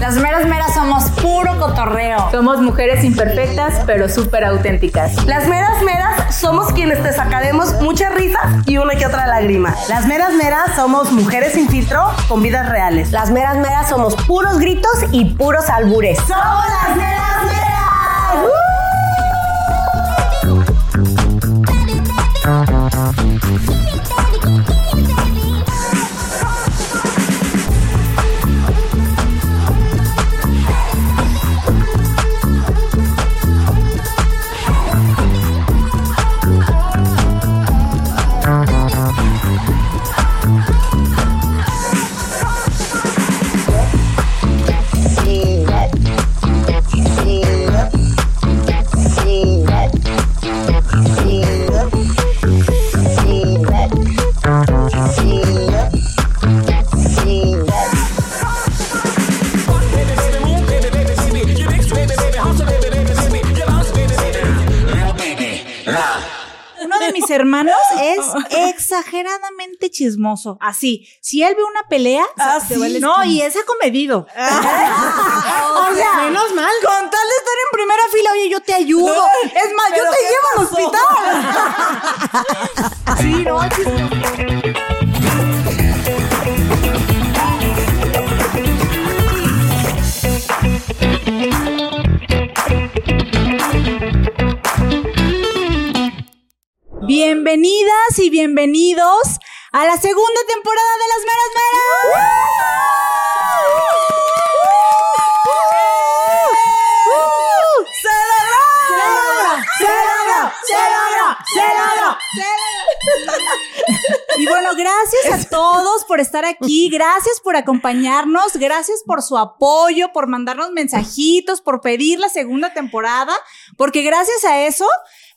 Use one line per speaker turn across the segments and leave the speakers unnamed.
Las meras meras somos puro cotorreo.
Somos mujeres imperfectas, pero súper auténticas.
Las meras meras somos quienes te sacaremos muchas risas y una que otra lágrima.
Las meras meras somos mujeres sin filtro con vidas reales.
Las meras meras somos puros gritos y puros albures.
¡Somos las meras meras! ¡Uh!
hermanos es exageradamente chismoso. Así, si él ve una pelea,
ah, se, sí.
no, y es acomedido.
Ah,
o sea,
menos mal.
Con tal de estar en primera fila, oye, yo te ayudo. Es más, yo te llevo al hospital. sí, no, Bienvenidas y bienvenidos a la segunda temporada de Las Meras
¡Se
Meras.
logra! ¡Se logra! ¡Se logra! ¡Se logra!
Y bueno, gracias a todos por estar aquí, gracias por acompañarnos, gracias por su apoyo, por mandarnos mensajitos, por pedir la segunda temporada, porque gracias a eso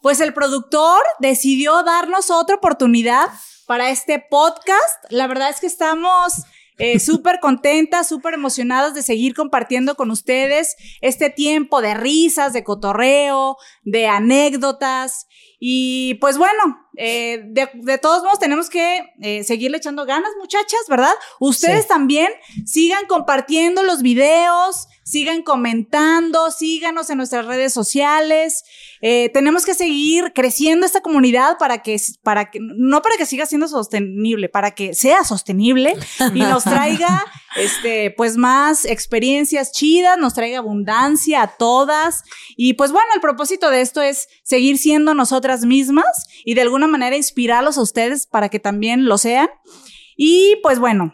pues el productor decidió darnos otra oportunidad para este podcast. La verdad es que estamos eh, súper contentas, súper emocionadas de seguir compartiendo con ustedes este tiempo de risas, de cotorreo, de anécdotas. Y pues bueno, eh, de, de, todos modos tenemos que eh, seguirle echando ganas, muchachas, ¿verdad? Ustedes sí. también sigan compartiendo los videos, sigan comentando, síganos en nuestras redes sociales. Eh, tenemos que seguir creciendo esta comunidad para que, para que, no para que siga siendo sostenible, para que sea sostenible y nos traiga, este, pues más experiencias chidas, nos traiga abundancia a todas. Y pues bueno, el propósito de esto es seguir siendo nosotras mismas y de alguna manera inspirarlos a ustedes para que también lo sean. Y pues bueno,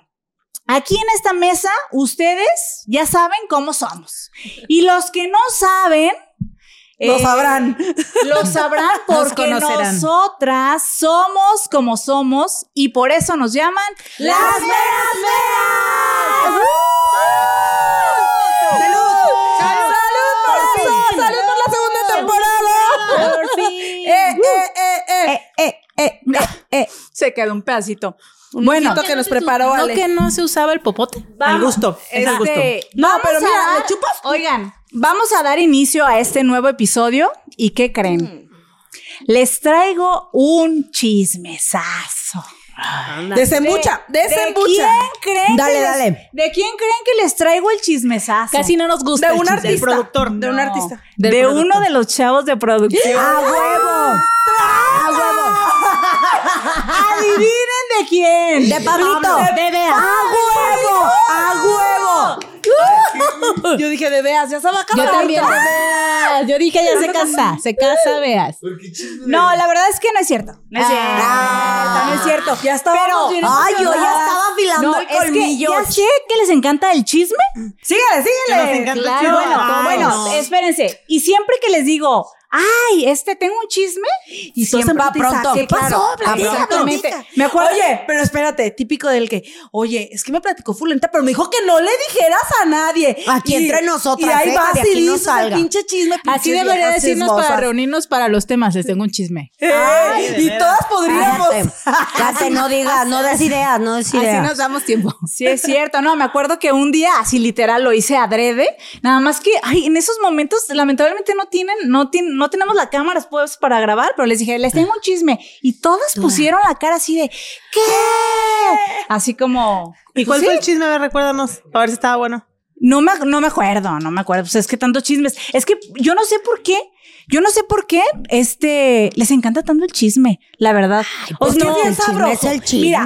Aquí en esta mesa, ustedes ya saben cómo somos. Y los que no saben.
Eh, lo sabrán.
Lo sabrán porque nosotras somos como somos y por eso nos llaman
las veras veras.
¡Uh! ¡Salud! ¡Salud! ¡Salud! ¡Salud! ¡Salud por la segunda temporada!
¡Por fin! Eh, eh, eh, eh, eh, Se quedó un pedacito.
Un bueno, que nos preparó
No que no se usaba el popote.
Vamos, al gusto.
Este,
es al gusto.
No, pero mira, dar, ¿le chupas? Oigan, vamos a dar inicio a este nuevo episodio. ¿Y qué creen? Mm. Les traigo un chismesazo.
Anda, desembucha,
de,
desembucha.
¿De quién creen?
Dale,
que les,
dale.
¿De quién creen que les traigo el chismesazo?
Casi no nos gusta.
De un artista.
Del productor.
No, de un artista.
De productor. uno de los chavos de producción.
¡A huevo! ¡A
huevo! ¡Adivinen! de quién?
De Pablito.
De ¡Ah, Bea.
¡A huevo! ¡A huevo! Uh, yo dije, de veas, ya se va a
casar. Yo también, de veas. Yo dije, ya se casa. Se casa, veas.
No, la verdad es que no es cierto. No es cierto. Ah, no es cierto.
Ya estaba.
Pero,
ay, yo ya estaba afilando no, el colmillo.
Es que ya sé que les encanta el chisme.
Síguele, síguele.
Nos encanta claro, el bueno, ay, bueno, no. espérense. Y siempre que les digo, ay, este tengo un chisme
y siempre va pronto.
¿Qué pasó? Exactamente.
Me acuerdo. Oye, pero espérate, típico del que, oye, es que me platicó fulenta, pero me dijo que no le dijeras a nadie.
Aquí
y,
entre nosotras.
Y ahí
eh,
vas y
no
dices el pinche chisme. Pinche
Así debería decirnos chismosas. para reunirnos para los temas. Les tengo un chisme.
Eh, ay, y todas podríamos.
Cállate, no digas, no des ideas, no des ideas.
Así nos damos tiempo.
Sí, es cierto. No, me acuerdo que un día así literal lo hice adrede. Nada más que, ay, en esos momentos lamentablemente no tienen, no tienen no tenemos la cámara después para grabar, pero les dije, les tengo un chisme. Y todas pusieron la cara así de, ¿qué? Así como.
¿Y cuál pues, fue sí? el chisme? Recuérdanos, a ver si estaba bueno.
No me, no me acuerdo, no me acuerdo. Pues es que tantos chismes. Es que yo no sé por qué. Yo no sé por qué este, les encanta tanto el chisme, la verdad.
pues
O sea,
no, el
es bien
chisme es
sabroso.
el chisme.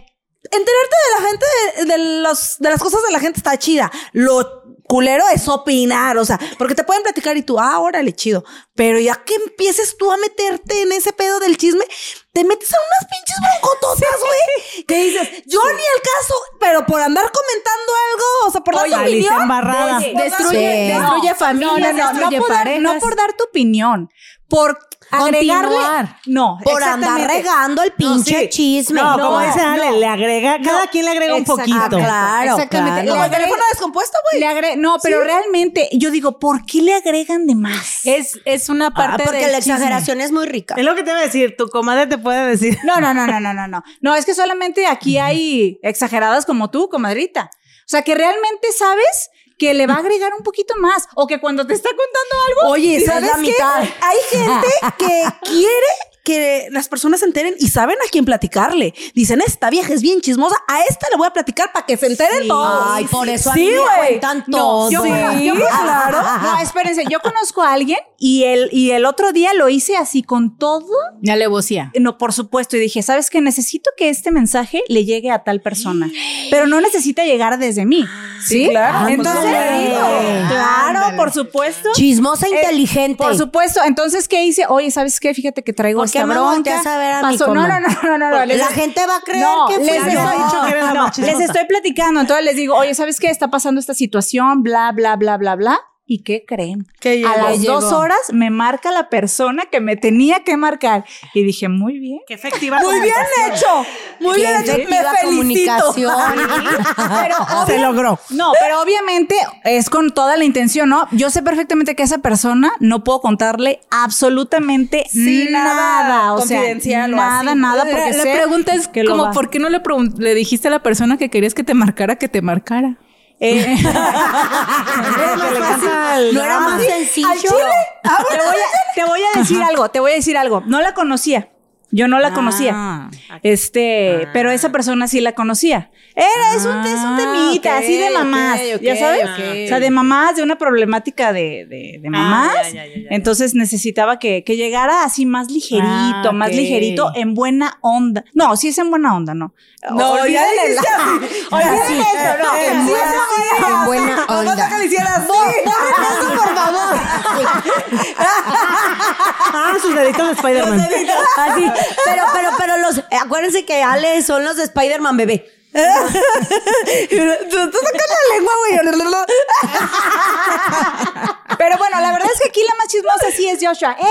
Mira,
Enterarte de la gente, de, de los, de las cosas de la gente está chida. Lo culero es opinar, o sea, porque te pueden platicar y tú, ah, órale, chido. Pero ya que empieces tú a meterte en ese pedo del chisme, te metes a unas pinches broncototas, güey. Que dices, yo ni el caso, pero por andar comentando algo, o sea, por dar tu
Alicia
opinión.
embarrada.
Oye, pues,
Destruye,
no,
destruye familia, no, no, por dar, no por dar tu opinión, por agregarle.
Continuar.
No,
Por andar
exactamente.
regando el pinche chisme.
No,
No,
como dice Ale, le agrega, cada
No.
quien le agrega un
Exacto.
poquito.
Ah,
claro,
Exactamente.
claro.
Le
Como el
agre-
teléfono descompuesto, güey.
le agre- no, pero realmente yo digo, ¿por qué le agregan de más?
Es, es
Ah,
una parte
Ah, porque
del
la
chisme.
exageración es muy rica.
Es lo que te iba a decir, tu comadre te puede decir.
No, no, no, no, no, no, no. No, es que solamente aquí hay exageradas como tú, comadrita. O sea, que realmente sabes que le va a agregar un poquito más. O que cuando te está contando algo.
Oye,
dices,
¿sabes
"Es que
qué? Hay gente que quiere que las personas se enteren y saben a quién platicarle. Dicen, esta vieja es bien chismosa, a esta le voy a platicar para que se enteren todos.
Ay, por eso a
sí,
mí me
güey.
cuentan
No,
todo.
Yo,
Sí,
conozco- yo conozco-
claro.
No, espérense, yo conozco a alguien y el, y el otro día lo hice así con todo.
Ya le vocía.
No, por supuesto. Y dije, ¿sabes qué? Necesito que este mensaje le llegue a tal persona. Pero no necesita llegar desde mí.
Ah,
¿Sí?
claro.
Entonces,
Ándale.
claro, por supuesto.
Eh,
Chismosa inteligente.
Eh, Por supuesto. Entonces, ¿qué hice? Oye, ¿sabes qué? Fíjate que traigo
¿Por qué
esta
me
bronca.
volteas a ver a mí,
Pasó- no, no,
comadre?
no, no, no, no.
Porque
Les-
la gente va a creer
No,
que
les
fui
estoy-
yo.
dicho que eres la
no,
más chismosa.
les estoy platicando. Entonces les digo, oye, ¿sabes qué? Está pasando esta situación, bla, bla, bla, bla, bla. ¿Y qué creen?
Que
a las
llegó.
dos horas me marca la persona que me tenía que marcar. Y dije, muy bien.
Qué efectiva.
Muy bien hecho. Muy
Qué
bien hecho.
efectiva
Me felicito.
comunicación.
Pero
Se
obvia-
logró.
No, pero obviamente es con toda la intención, ¿no? Yo sé perfectamente que a esa persona no puedo contarle absolutamente
Sí,
nada,
nada
o sea,
confidencial o
nada,
así.
nada,
La-
porque
La
sé
pregunta es
que lo
como,
va-
¿por qué no le, pregun- le dijiste a la persona que querías que te marcara que te marcara?
Eh,
No era más sencillo.
te, voy a, te voy a decir algo, te voy a decir algo. No la conocía. Yo
Ah,
no la conocía. Este, pero esa persona sí la conocía. Era, es un, es un temita,
Ah, ok,
así de mamás.
ok, ok,
ya sabes.
ok. Ah,
O sea, de mamás, de una problemática de, de- de mamás.
ya, ya, ya, ya.
Entonces necesitaba que, que llegara así más ligerito,
Ah,
más
ok.
ligerito, en buena onda. No, sí es en buena onda, no.
No, ya
Olvídale
dijiste
la-
así. eh,
Olvídale eso, no.
En
Sí,
buena-
en buena
No
onda.
falta que le hicieras así. por favor.
Ah, sus deditos de Spider-Man.
Así, pero, pero, pero los. eh, Acuérdense que Ale son los de Spider-Man, bebé.
Tú tú sacas la lengua, güey.
Pero bueno, la verdad es que aquí la más chismosa sí es Joshua. ¡Eh!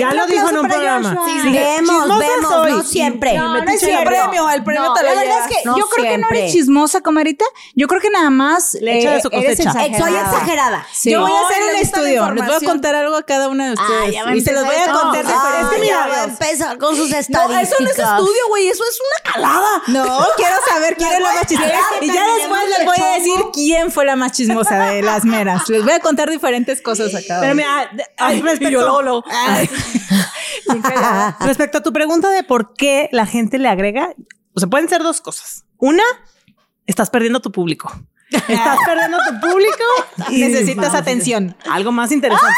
Ya
Un
lo dijo en
aplauso
un
para
programa.
Joshua.
Vemos,
Chismosa
vemos,
soy.
no siempre.
No,
No,
no es
El
cierto.
premio, el premio
No,
te lo
la verdad
llevas.
es que
No
yo creo que no
siempre.
eres chismosa, comarita. Yo creo que nada más eh,
Le echa de su
eres
cosecha.
exagerada.
Soy exagerada.
Sí. Ah,
Yo voy a
No,
hacer
le
un
gusta la
estudio. Les voy a
información.
contar algo a cada una de ustedes. y se los voy a contar
Ah,
diferente. Es que
ya
mira,
va a empezar con sus
No,
estadísticas.
eso no es estudio, güey. Eso es una calada.
No, quiero saber quién es la más chismosa. Y ya después les voy a decir quién fue la más chismosa de las meras. Les voy a contar diferentes cosas acá.
Pero mira, de- ay, Ah, respecto, Ay. Respecto a tu pregunta de por qué la gente le agrega, o sea, pueden ser dos cosas. Una, estás perdiendo tu público. Estás perdiendo tu público y necesitas atención. Algo más interesante.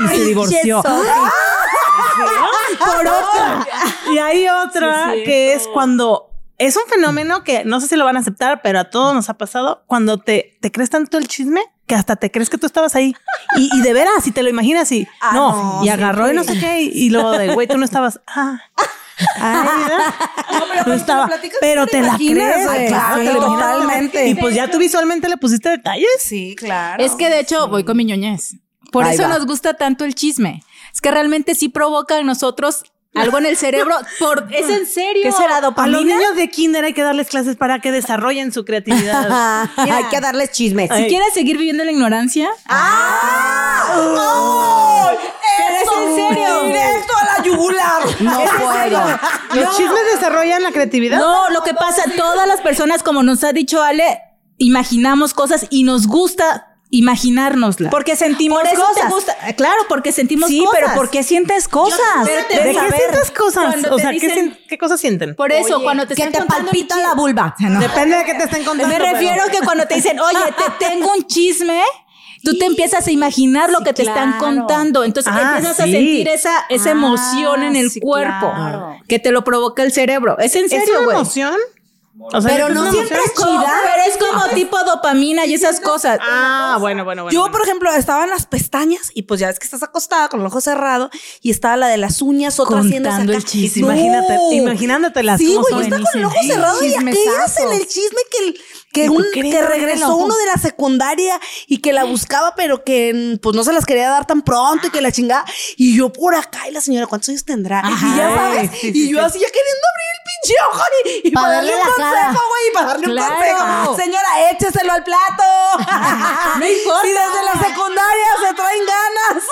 Y, y se divorció. Por otra. Y hay otra que
Oh.
es cuando es un fenómeno que no sé si lo van a aceptar, pero a todos nos ha pasado cuando te, te crees tanto el chisme que hasta te crees que tú estabas ahí. Y, y de veras, si te lo imaginas y
Ah,
no, y agarró y no sé qué, y, y luego de güey, tú no estabas. Ah. Ay, ¿verdad? No estaba,
platicas,
pero
tú
te
te
la
imaginas,
crees,
güey.
güey.
Claro,
Te la imaginas.
totalmente.
Y pues ya tú visualmente le pusiste detalles.
Sí, claro.
Es que de hecho voy con mi ñoñez. Por
Ahí
eso
va.
nos gusta tanto el chisme. Es que realmente sí provoca en nosotros algo en el cerebro. Por, es en serio.
¿Qué será,
A los
dopamina?
niños de kinder hay que darles clases para que desarrollen su creatividad.
Hay que darles chismes.
Si quieres seguir viviendo en la ignorancia,
es Ah. en serio. Directo a la yugular.
No puedo.
¿Los chismes desarrollan la creatividad?
No, lo que pasa, todas las personas, como nos ha dicho Ale, imaginamos cosas y nos gusta
imaginárnosla.
Porque sentimos
Por eso te
cosas.
gusta-
Eh, Claro, porque sentimos
Sí,
cosas.
pero ¿por qué sientes cosas?
¿De qué
saber.
sientes cosas?
Cuando
O
te
sea, ¿qué
dicen-
sien- ¿qué cosas sienten?
Por eso, cuando te
que
están
te
contando el
palpita
chisme-
la vulva.
Depende de qué te estén contando.
Me
pero-
refiero que cuando te dicen, oye, te tengo un chisme, tú te empiezas a imaginar lo que te están
claro.
contando. Entonces
Ah,
empiezas
sí.
a sentir esa, esa
Ah,
emoción en el
sí,
cuerpo
claro.
que te lo provoca el cerebro. Es en
¿Es
serio,
una
güey.
emoción? O sea,
Pero
¿es
no
una
siempre
emoción?
es chida.
Pero es como tipo dopamina y esas cosas.
Ah, bueno, bueno, bueno.
Yo, por ejemplo, estaba en las pestañas y pues ya ves que estás acostada con el ojo cerrado y estaba la de las uñas, otra haciendo
Contando
acá.
el chisme.
No.
Imagínate, imaginándotelas
Sí,
como
güey, yo
son.
estaba con el ojo
Buenísimo.
cerrado y aquellas
Chismesazo.
en el chisme que, el- que, un-
qué
que
le duele el
regresó
ojo?
uno de la secundaria y que la buscaba, pero que mm, pues no se las quería dar tan pronto y que la chingada. Y yo por acá, y la señora, ¿cuántos años tendrá? Y ya sabes,
Sí, sí,
y yo
sí.
así ya queriendo abrir el pinche ojo y, y
Pa'
para
darle
darle un
la cara.
consejo, güey, y para darle un consejo. Señora, écheselo al plato.
No importa.
Y desde la secundaria se traen ganas.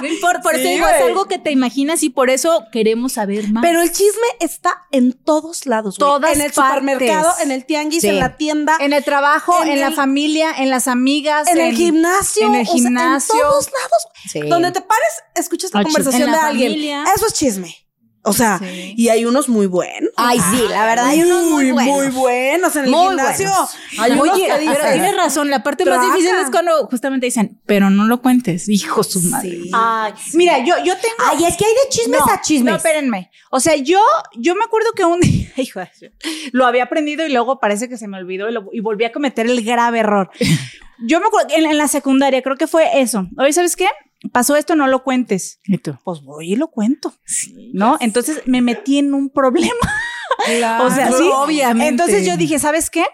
No importa, Ah, por eso
Sí,
digo, es
güey.
algo que te imaginas y por eso queremos saber más.
Pero el chisme está en todos lados. güey.
Todas
En el
partes.
supermercado, en el tianguis,
Sí.
en la tienda.
En el trabajo, en,
En
la
el-
familia, en las amigas,
en el gimnasio,
en el
o sea,
gimnasio.
en todos lados. Donde te pares, escuchas la
Ah, chisme.
conversación
En
de
la
alguien.
familia.
Eso es chisme. O sea,
Sí.
y hay unos muy buenos.
Ay, sí, la verdad, hay unos muy buenos.
muy buenos en el
Muy
gimnasio.
buenos.
Hay unos
Oye,
que dicen-
pero tienes razón, la parte
Traca.
más difícil es cuando justamente dicen, pero no lo cuentes, hijo su madre.
Ay, mira, yo, yo tengo.
Ay, es que hay de chismes
No,
a chismes.
No, espérenme. O sea, yo, yo me acuerdo que un día, hijo de su- lo había aprendido y luego parece que se me olvidó y, lo- y volví a cometer el grave error. Yo me acuerdo, en, en la secundaria creo que fue eso. Oye, ¿sabes qué? Pasó esto, no lo cuentes.
¿Y tú?
Pues voy y lo cuento. ¿No? Entonces me metí en un problema.
Ah,
o sea, sí.
obviamente.
Entonces yo dije, ¿sabes qué?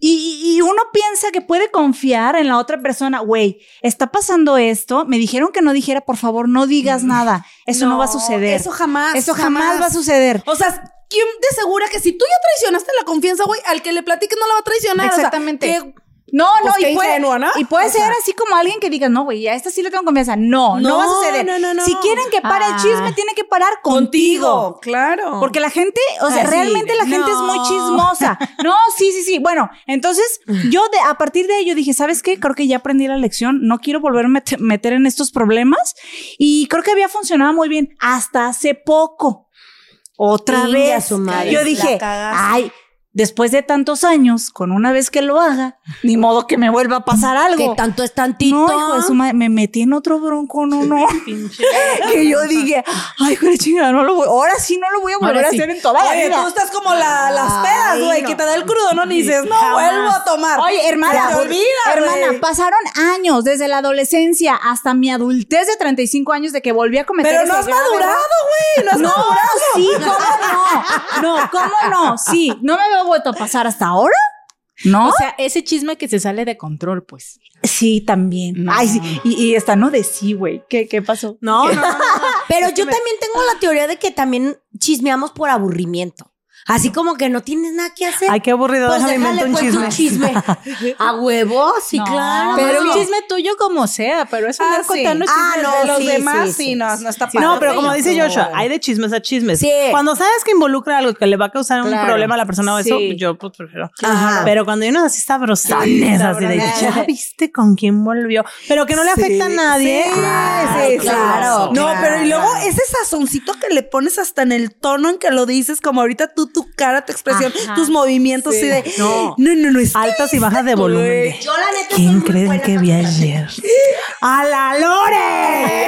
Y, y- y uno piensa que puede confiar en la otra persona. Güey, está pasando esto. Me dijeron que no dijera, por favor, no digas nada. Eso no, va a suceder.
Eso jamás.
Eso jamás, va a suceder.
O sea, ¿quién te asegura que si tú ya traicionaste la confianza, güey, al que le platiques no la va a traicionar? O sea,
Exactamente.
que-
No,
Pues
no,
qué
y puede,
ingenua, ¿no?
y puede
O
ser
sea.
así como alguien que diga, no, güey, a esta sí le tengo confianza. No, no, va a
No,
suceder.
no, no, no.
Si quieren que pare el
Ah.
chisme, tiene que parar contigo.
contigo, claro.
Porque la gente, o sea,
Así
realmente
de,
la gente es muy
no.
chismosa. No, sí, sí, sí. Bueno, entonces yo de, a partir de ello dije, ¿sabes qué? Creo que ya aprendí la lección. No quiero volverme a met- meter en estos problemas. Y creo que había funcionado muy bien hasta hace poco. Otra
Inga
vez.
su madre.
yo
La
dije,
cagaste.
ay, después de tantos años, con una vez que lo haga, ni modo que me vuelva a pasar
que
algo.
tanto es tantito.
No, hijo de su madre, me metí en otro bronco, no, no. que yo dije,
"Ah,
ay, hijo de chingada, no lo voy, ahora sí no lo voy a volver
Ahora
a
sí.
hacer en toda la
Oye,
vida.
tú estás como la- las pedas, güey, que te da el crudo, ¿no? Ni dices, no vuelvo a tomar.
Oye, hermana,
Se te olvida,
hermana,
güey.
pasaron años desde la adolescencia hasta mi adultez de 35 años de que volví a cometer
Pero
ese
no has
grave error.
madurado, güey. No has
No,
madurado.
sí, ¿cómo no? No, ¿cómo no? Sí, no me había vuelto a pasar hasta ahora. ¿No?
O sea, ese chisme que se sale de control, pues.
sí, también.
No.
Ay, sí. Y, y esta no de sí, güey. ¿Qué, ¿Qué pasó?
No, no, no.
Pero yo también tengo la teoría de que también chismeamos por aburrimiento. Así como que no tienes nada que hacer.
Ay, qué aburrido.
pues
déjame
déjale
inventar un
cuento
chisme.
un chisme. A huevo, sí,
No,
claro.
Pero un
No.
chisme tuyo como sea, pero es andar
sí.
contando
Ah,
chismes
no,
de
los
sí,
demás
sí,
sí,
sí,
no,
sí.
no está
No,
padre.
pero como dice
no.
Joshua, hay de chismes a chismes.
Sí.
Cuando sabes que involucra algo que le va a causar un
Claro.
problema a la persona o eso,
Sí.
yo pues, prefiero.
Ajá.
Pero cuando hay unos así sabrosones, así de
sabrosones.
ya viste con quién volvió, pero que no le afecta a nadie. Ah,
Sí,
Claro,
¿eh? sí, sí.
claro,
No,
claro.
pero y luego ese sazoncito que le pones hasta en el tono en que lo dices, como ahorita tú, tu cara, tu expresión, tus movimientos, así de. No, no, no, no. es que-
Altas y bajas de volumen. de,
Yo la neta soy
¿Quién
muy
creen
buena
que vi ayer? ¡A la Lore!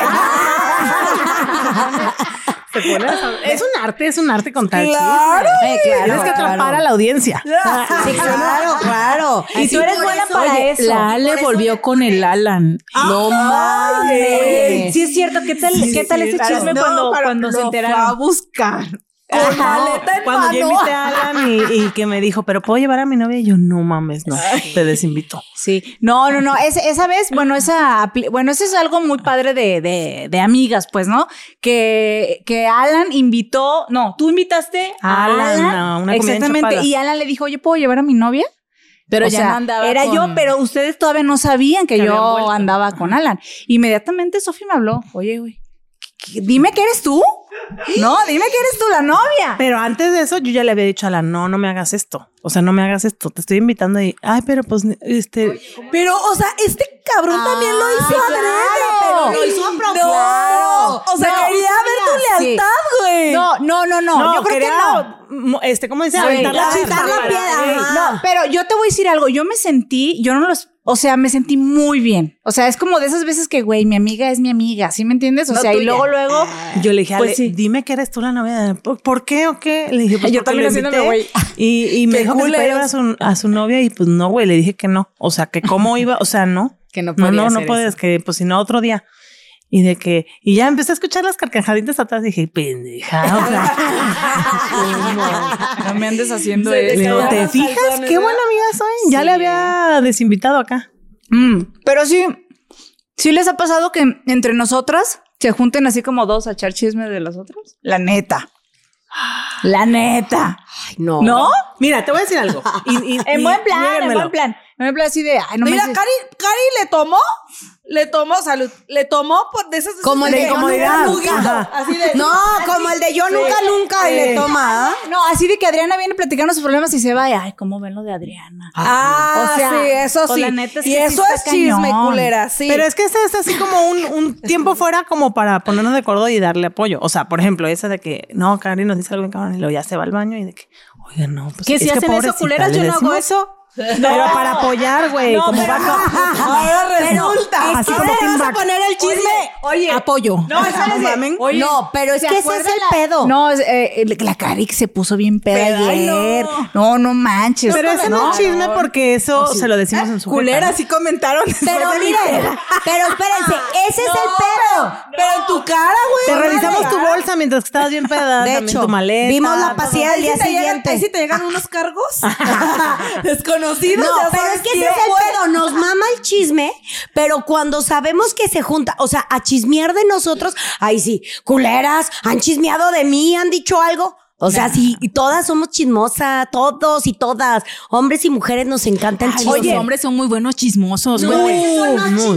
Se pone a sab- es un arte, es un arte contar chismes.
Claro.
Eh, claro,
Tienes que atrapar
claro.
a la audiencia.
Ah,
Sí, claro, claro.
Y tú eres
por
buena
eso,
para
oye,
eso. La Ale volvió con el Alan. No mames.
Ah, Sí, es cierto. ¿Qué tal, ¿qué tal ese chisme cuando, cuando se enteraron?
buscar.
Con maleta en
Cuando yo
mano.
invité a Alan y, y que me dijo, pero ¿puedo llevar a mi novia? Y yo, no mames, no, te desinvito.
Sí, no, no, no, ese- esa vez, bueno, esa, apli- bueno, eso es algo muy padre de, de, de amigas, pues, ¿no? Que, que Alan invitó, no, tú invitaste a
Ah,
Alan,
Alan, a una comida
exactamente,
enchapada.
y Alan le dijo, oye, ¿puedo llevar a mi novia?
Pero
O
ya
sea,
no andaba
Era
con-
yo, pero ustedes todavía no sabían que,
Que habían
yo
vuelto.
andaba con Alan. Inmediatamente Sofi me habló, oye, güey, dime que eres tú. No, dime que eres tú la novia.
Pero antes de eso, yo ya le había dicho a la no, no me hagas esto. O sea, no me hagas esto. Te estoy invitando y, ay, pero pues, este.
Pero, o sea, este cabrón también lo hizo
Ah, claro,
adrede.
pero lo hizo a
No,
propósito.
O sea,
No,
quería ver tu
mira, sí.
lealtad, güey.
No, no, no, no. yo creo que no.
quería, mo- Este, ¿cómo dice?
Sí,
Aventar la
aventar
piedra.
la
piedra,
Ey,
ajá.
No, pero yo te voy a decir algo. Yo me sentí, yo no los, o sea, me sentí muy bien. O sea, es como de esas veces que, güey, mi amiga es mi amiga, ¿sí me entiendes? O sea, y luego, luego,
Yo le dije, Ale,
Pues sí.
dime que eres tú la novia. ¿Por, por qué o qué? Le dije, pues
Yo
porque
también
lo
haciéndome
invité.
güey.
Y, y
Qué
me dijo que se fuera a su, a su novia y pues no, güey, le dije que no. O sea, que cómo iba, o sea, no.
Que no
No,
podía
no, no
hacer
puedes, que pues si no otro día. Y de que, y ya empecé a escuchar las carcajaditas atrás y dije, pendeja, o sea,
no me andes haciendo
Le
eso.
digo, ¿te fijas? Qué buena amiga soy. Ya le había desinvitado acá.
Mm, pero sí, sí les ha pasado que entre nosotras se junten así como dos a echar chisme de las otras. La neta. La neta.
Ay, no.
¿No?
Mira, te voy a decir algo. Y- y-
En
y
buen plan, en
niéguenmelo.
buen plan. En buen plan así de, ay, no
Mira,
manches.
Cari, Cari le tomó, le tomó, salud, le tomó por de esas
Como el
de
de
que-
incomodidad,
un juguito,
ajá.
Así de.
No, como el de yo nunca, nunca y le toma. ¿ah?
No, así de que Adriana viene platicando sus problemas y se va. y, Ay, ¿cómo ven lo de Adriana?
Ah,
O sea,
sí, eso
pues
sí.
la neta es
y
que sí
eso
está
es chisme,
cañón.
culera, sí.
Pero es que ese es así como un, un tiempo fuera como para ponernos de acuerdo y darle apoyo. O sea, por ejemplo, esa de que, no, Cari nos dice algo en cabrón y luego ya se va al baño y de que, oiga, no, pues
Que si hacen eso,
pobrecita,
culeras,
le
yo no hago
decimos".
eso.
Pero para apoyar, güey, como va
Ahora resulta.
así como
Ahora le vas
Timbak.
a poner el chisme.
Oye,
Apoyo.
No, ¿sabes?
mamen.
Oye,
No, pero es
¿se
que ese es
acuerdan
el
la-
pedo.
No, es, eh, el- la Cari que se puso bien peda ayer. No. no, manches.
Pero ese no es chisme porque eso se lo decimos en su
Culera,
jeta.
así comentaron.
Pero miren, pero espérense, ese es el pedo.
Pero en tu cara, güey.
Te revisamos tu bolsa mientras que estabas bien peda,
De
también
hecho,
tu maleta.
vimos la
todo.
pasilla del
Ahí
día
sí te llegan- ahí sí
siguiente.
te llegan unos cargos desconocidos.
No,
ya
pero
sabes
es que ese
quién
es el
fue.
pedo. Nos mama el chisme, pero cuando sabemos que se junta, o sea, a chismear de nosotros, ahí sí, culeras, han chismeado de mí, han dicho algo. O sea, sí, y todas somos chismosas, todos y todas, hombres y mujeres nos encanta el chisme.
Oye, los hombres son muy buenos chismosos, güey.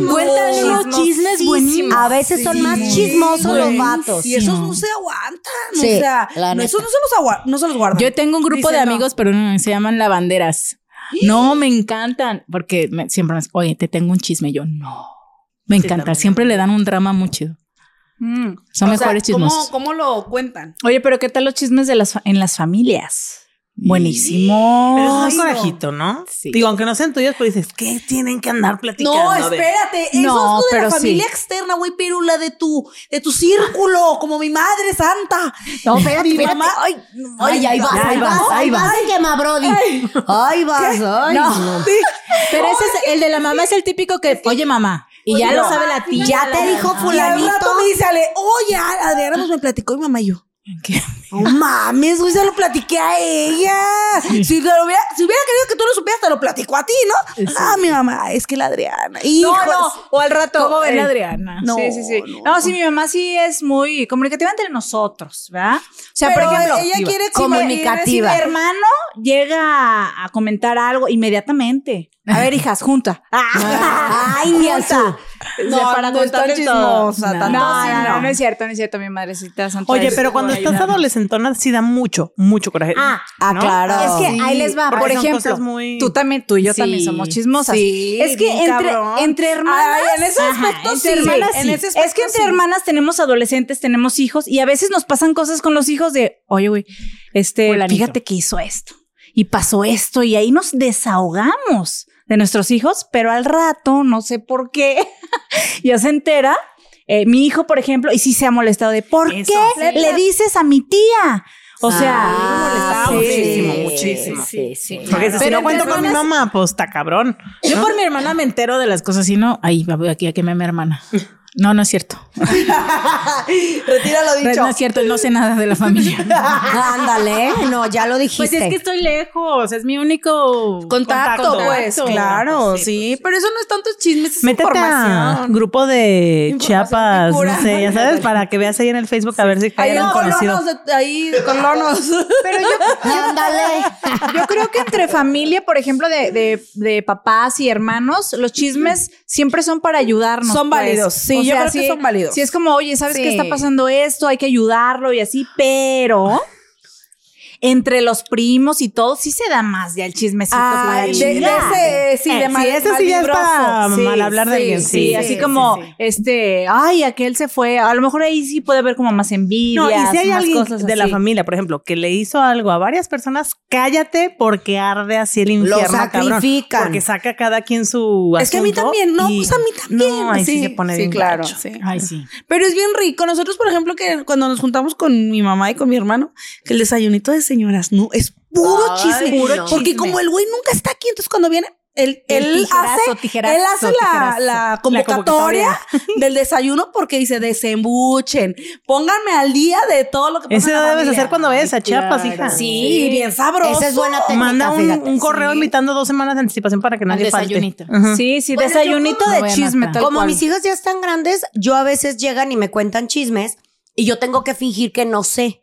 Cuentan unos
chismes buenísimos.
A veces son más chismosos los vatos.
Y esos no se aguantan.
Sí,
o sea,
la
no,
neta.
esos no se los, agua- no se los guardan.
Yo tengo un grupo
Dice,
de
no.
amigos, pero no, se llaman lavanderas. No, me encantan, porque me- siempre me dicen, oye, te tengo un chisme. Yo, no. Me encanta. siempre le dan un drama muy chido. Son
O sea,
mejores chismosos.
¿cómo, ¿Cómo lo cuentan?
Oye, pero ¿qué tal los chismes de las fa- en las familias? Buenísimo.
Pero es más corajito, ¿no?
Sí.
Digo, aunque no sean tuyos, pero dices, ¿qué tienen que andar platicando?
No,
A ver.
espérate, eso es
No,
lo de la
pero sí.
familia externa, güey, pero la de tu, de tu círculo, como mi madre santa.
No, espérate,
Mi
espérate.
mamá-
Ay, ay, ahí vas,
Ya,
ahí vas, ahí vas, quema Brody. Ay, vas, ay. no.
Pero ese es- el de la mamá es el típico que, oye, mamá. Y ya lo sabe la tía.
Ya te dijo
Y al
fulanito.
rato me dice, Ale, oye, Adriana pues, me platicó mi mamá y yo.
¿Qué?
No mames, güey, se lo platiqué a ella. Si, lo hubiera, si hubiera querido que tú lo supieras, te lo platico a ti, ¿no? Ah, mi mamá, es que la Adriana. Hijo,
No, no, o al rato.
¿Cómo ven
eh,
la Adriana?
No,
sí, sí, sí.
no.
No, sí, mi mamá sí es muy comunicativa entre nosotros, ¿verdad? O sea,
Pero
por ejemplo,
ella quiere exhibir-
si mi
comunicativa.
hermano llega a- a comentar algo inmediatamente. A ver, hijas, junta. Ah,
Ay, mi azul.
No,
no es tan
contarle
chismosa,
No,
tanto
no,
así
no,
no.
no es cierto, no es cierto, mi madrecita santa.
Oye,
es
pero cuando estás
buena.
adolescentona sí da mucho, mucho coraje.
Ah,
Ah, claro.
Es que ahí les va,
porque
por
son
ejemplo,
cosas muy-
tú también, tú y yo
Sí.
también somos chismosas.
Sí,
es que
bien
entre,
cabrón.
entre hermanas,
Ay, en ese aspecto
entre
sí,
hermanas
en
sí.
ese aspecto
es que entre
sí.
hermanas tenemos adolescentes, tenemos hijos y a veces nos pasan cosas con los hijos de, oye, güey, este,
Fulanito.
fíjate que hizo esto y pasó esto y ahí nos desahogamos de nuestros hijos, pero al rato, no sé por qué, ya se entera. eh, mi hijo, por ejemplo, y sí se ha molestado de ¿por
Eso.
qué le dices a mi tía? O sea,
Ah,
molestaba muchísimo,
sí,
muchísimo.
Sí, sí.
Porque dices, si
Pero
no cuento
entre
con mi mamá, pues está cabrón.
Yo por mi hermana me entero de las cosas y no, ahí va, voy aquí a quemar a mi hermana. No, no es cierto.
Retira lo dicho.
No es cierto, no sé nada de la familia.
Ándale, no, ya lo dijiste.
Pues es que estoy lejos, es mi único
Contacto, pues, claro, sí, Pero eso no es tanto chismes, es
Métete a
información.
grupo de Chiapas,
pura.
no sé, ya sabes, para que veas ahí en el Facebook a ver si
Ahí en
hay algún conocido.
colonos, de- ahí colonos.
Ándale.
Yo creo que entre familia, por ejemplo, de, de- de papás y hermanos, los chismes siempre son para ayudarnos.
Son
pues.
válidos, sí, yo creo que
si-
son válidos.
Si es como, oye, ¿sabes
Sí.
qué está pasando esto? Hay que ayudarlo y así, pero entre los primos y todo, sí se da más ya el chismecito. para
Ay, Ah, de, de
chingar.
ese, sí, de
Eh,
mal,
sí, ese sí ya es
malvibroso.
para
Sí,
mal hablar de
sí,
alguien,
Sí,
sí,
así
sí,
como,
sí.
este, ay, aquel se fue. A lo mejor ahí sí puede haber como más envidia.
No, y si hay
más
alguien
cosas
de la
así.
familia, por ejemplo, que le hizo algo a varias personas, cállate porque arde así el infierno. cabrón.
sacrifican.
porque saca cada quien su.
Es que a mí
asunto
también, no,
y-
pues a mí también.
No, ahí sí,
sí,
se pone
sí,
bien
claro,
gacho.
sí.
Ay, sí.
Pero es bien rico. Nosotros, por ejemplo, que cuando nos juntamos con mi mamá y con mi hermano, que el desayunito de señoras, no, es puro
Ay,
chisme.
puro
Porque
chisme.
como el güey nunca está aquí, entonces cuando viene, él,
El
él
tijerazo,
hace,
tijerazo,
él hace la,
tijerazo.
la convocatoria del desayuno porque dice, desembuchen, pónganme al día de todo lo que pasa
Eso
en la
debes
familia".
hacer cuando vayas a Chiapas,
claro.
hija.
Sí, bien sabroso.
Esa es buena técnica,
Manda un,
fíjate.
un correo invitando dos semanas de anticipación para que nadie
Al
falte.
desayunito.
Ajá.
Sí, sí,
Bueno, yo
desayunito
como-
de
No, Renata.
chisme. tal
Como
cual.
mis hijos ya están grandes, yo a veces llegan y me cuentan chismes y yo tengo que fingir que no sé.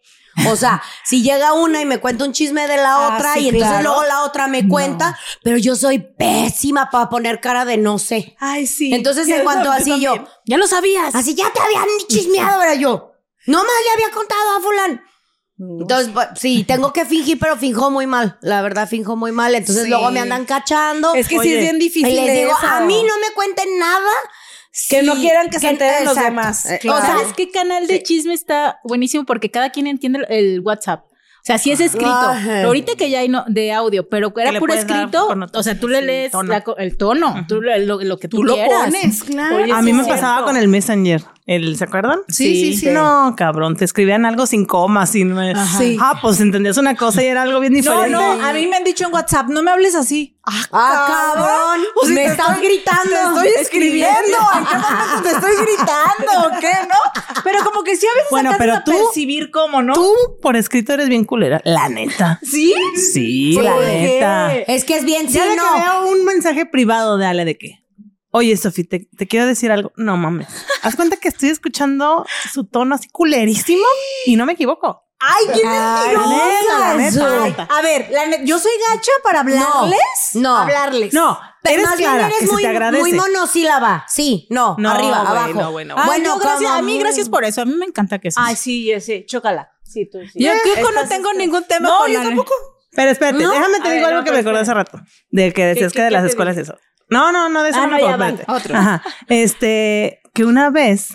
O sea, si llega una y me cuenta un chisme de la
Ah,
otra
sí,
y entonces
claro.
luego la otra me cuenta, pero yo soy pésima para poner cara de no sé.
Ay, sí.
Entonces,
Yo
en cuanto
también-
así yo,
Ya lo sabías.
así ya te habían chismeado, era yo. No más le había contado a fulán. Entonces, pues, sí, tengo que fingir, pero finjo muy mal. La verdad, finjo muy mal. Entonces,
Sí.
luego me andan cachando.
Es que sí es bien difícil.
Y les digo,
eso.
a mí no me cuenten nada.
Que no quieran que se enteren los
exacto.
demás.
Eh,
O
O sea,
¿Sabes qué canal de chisme está buenísimo? Porque cada quien entiende el WhatsApp. O sea, sí es escrito.
Ajá.
Ahorita que ya hay no- de audio, pero
Que
era
le
puro
puedes dar
escrito.
connotación,
O sea, tú le
sí,
lees
tono.
la co- el tono, tú le- lo, lo que tú,
lo
quieras.
pones, claro.
Oye,
A
sí
mí
es
me
cierto.
pasaba con el Messenger. El, ¿Se acuerdan?
Sí, sí, sí.
No, cabrón, te escribían algo sin comas, sin...
Sí.
Ah, pues entendías una cosa y era algo bien
No,
diferente.
no, a mí me han dicho en WhatsApp, no me hables así.
Ah, cabrón.
Pues,
me
te
están
estoy-
gritando.
Te estoy escribiendo. ¿En qué momento te estoy gritando? ¿o ¿Qué, no?
Pero como que sí a veces
Bueno,
alcanzas
pero
a
tú-
percibir cómo, ¿no?
Tú, por escrito, eres bien culera. La neta.
Sí.
Sí,
Sí.
la
¿Por
neta.
Es que es bien, sí,
Ya de que
no.
veo un mensaje privado de Ale de que... Oye, Sofi, te, te quiero decir algo. No mames. Haz cuenta que estoy escuchando su tono así culerísimo y no me equivoco.
Ay, ¿quién
Ay,
mentirosa?
la neta, la
Ay,
neta.
A ver, la ne- yo soy gacha para hablarles.
no.
Hablarles.
No,
Pero
eres
más bien
clara,
eres
que se
muy,
te agradece.
muy monosílaba. Sí, no,
No,
arriba,
güey,
abajo.
no, güey, no,
Ay,
güey.
no, gracias.
como
A mí,
muy-
gracias por eso. A mí me encanta que sí.
Ay, sí, ese, chócala. Sí, tú sí.
yo creo que no
este,
tengo ningún tema con Ale.
Pero espérate,
No.
déjame te
A
digo
ver,
algo
no,
que
pero
me acordé hace rato. De que decías
qué-
que de
qué
las
te
escuelas eso. No, no, no, de eso
Ah,
no, me
no, ya
acuerdo,
van,
espérate. Ajá. Este, que una vez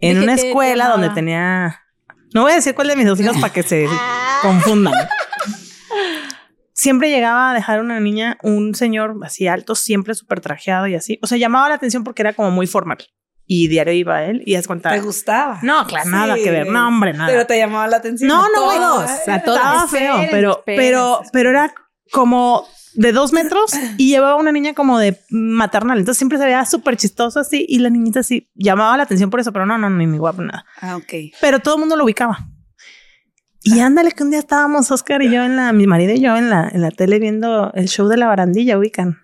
en
Dije
una
que te
escuela
amaba.
donde tenía. No voy a decir cuál de mis dos hijos para que se
Ah.
confundan. Siempre llegaba a dejar una niña, un señor así alto, siempre súper trajeado y así. O sea, llamaba la atención porque era como muy formal. Y diario iba él y haz cuenta.
Te gustaba.
No, claro, nada
Sí.
que ver. No, hombre, nada.
Pero te llamaba la atención.
No, no, güey.
Todos.
a todas.
Estaba feo,
Esperen,
pero,
esperen,
pero,
esperen.
pero era como de dos metros y llevaba una niña como de maternal. Entonces siempre se veía súper chistosa así y la niñita así llamaba la atención por eso, pero no, no, ni, ni guapo, nada.
Ah, ok.
Pero todo el mundo lo ubicaba. Y ándale, que un día estábamos Oscar y yo en la, mi marido y yo en la, en la tele viendo el show de la barandilla, ubican.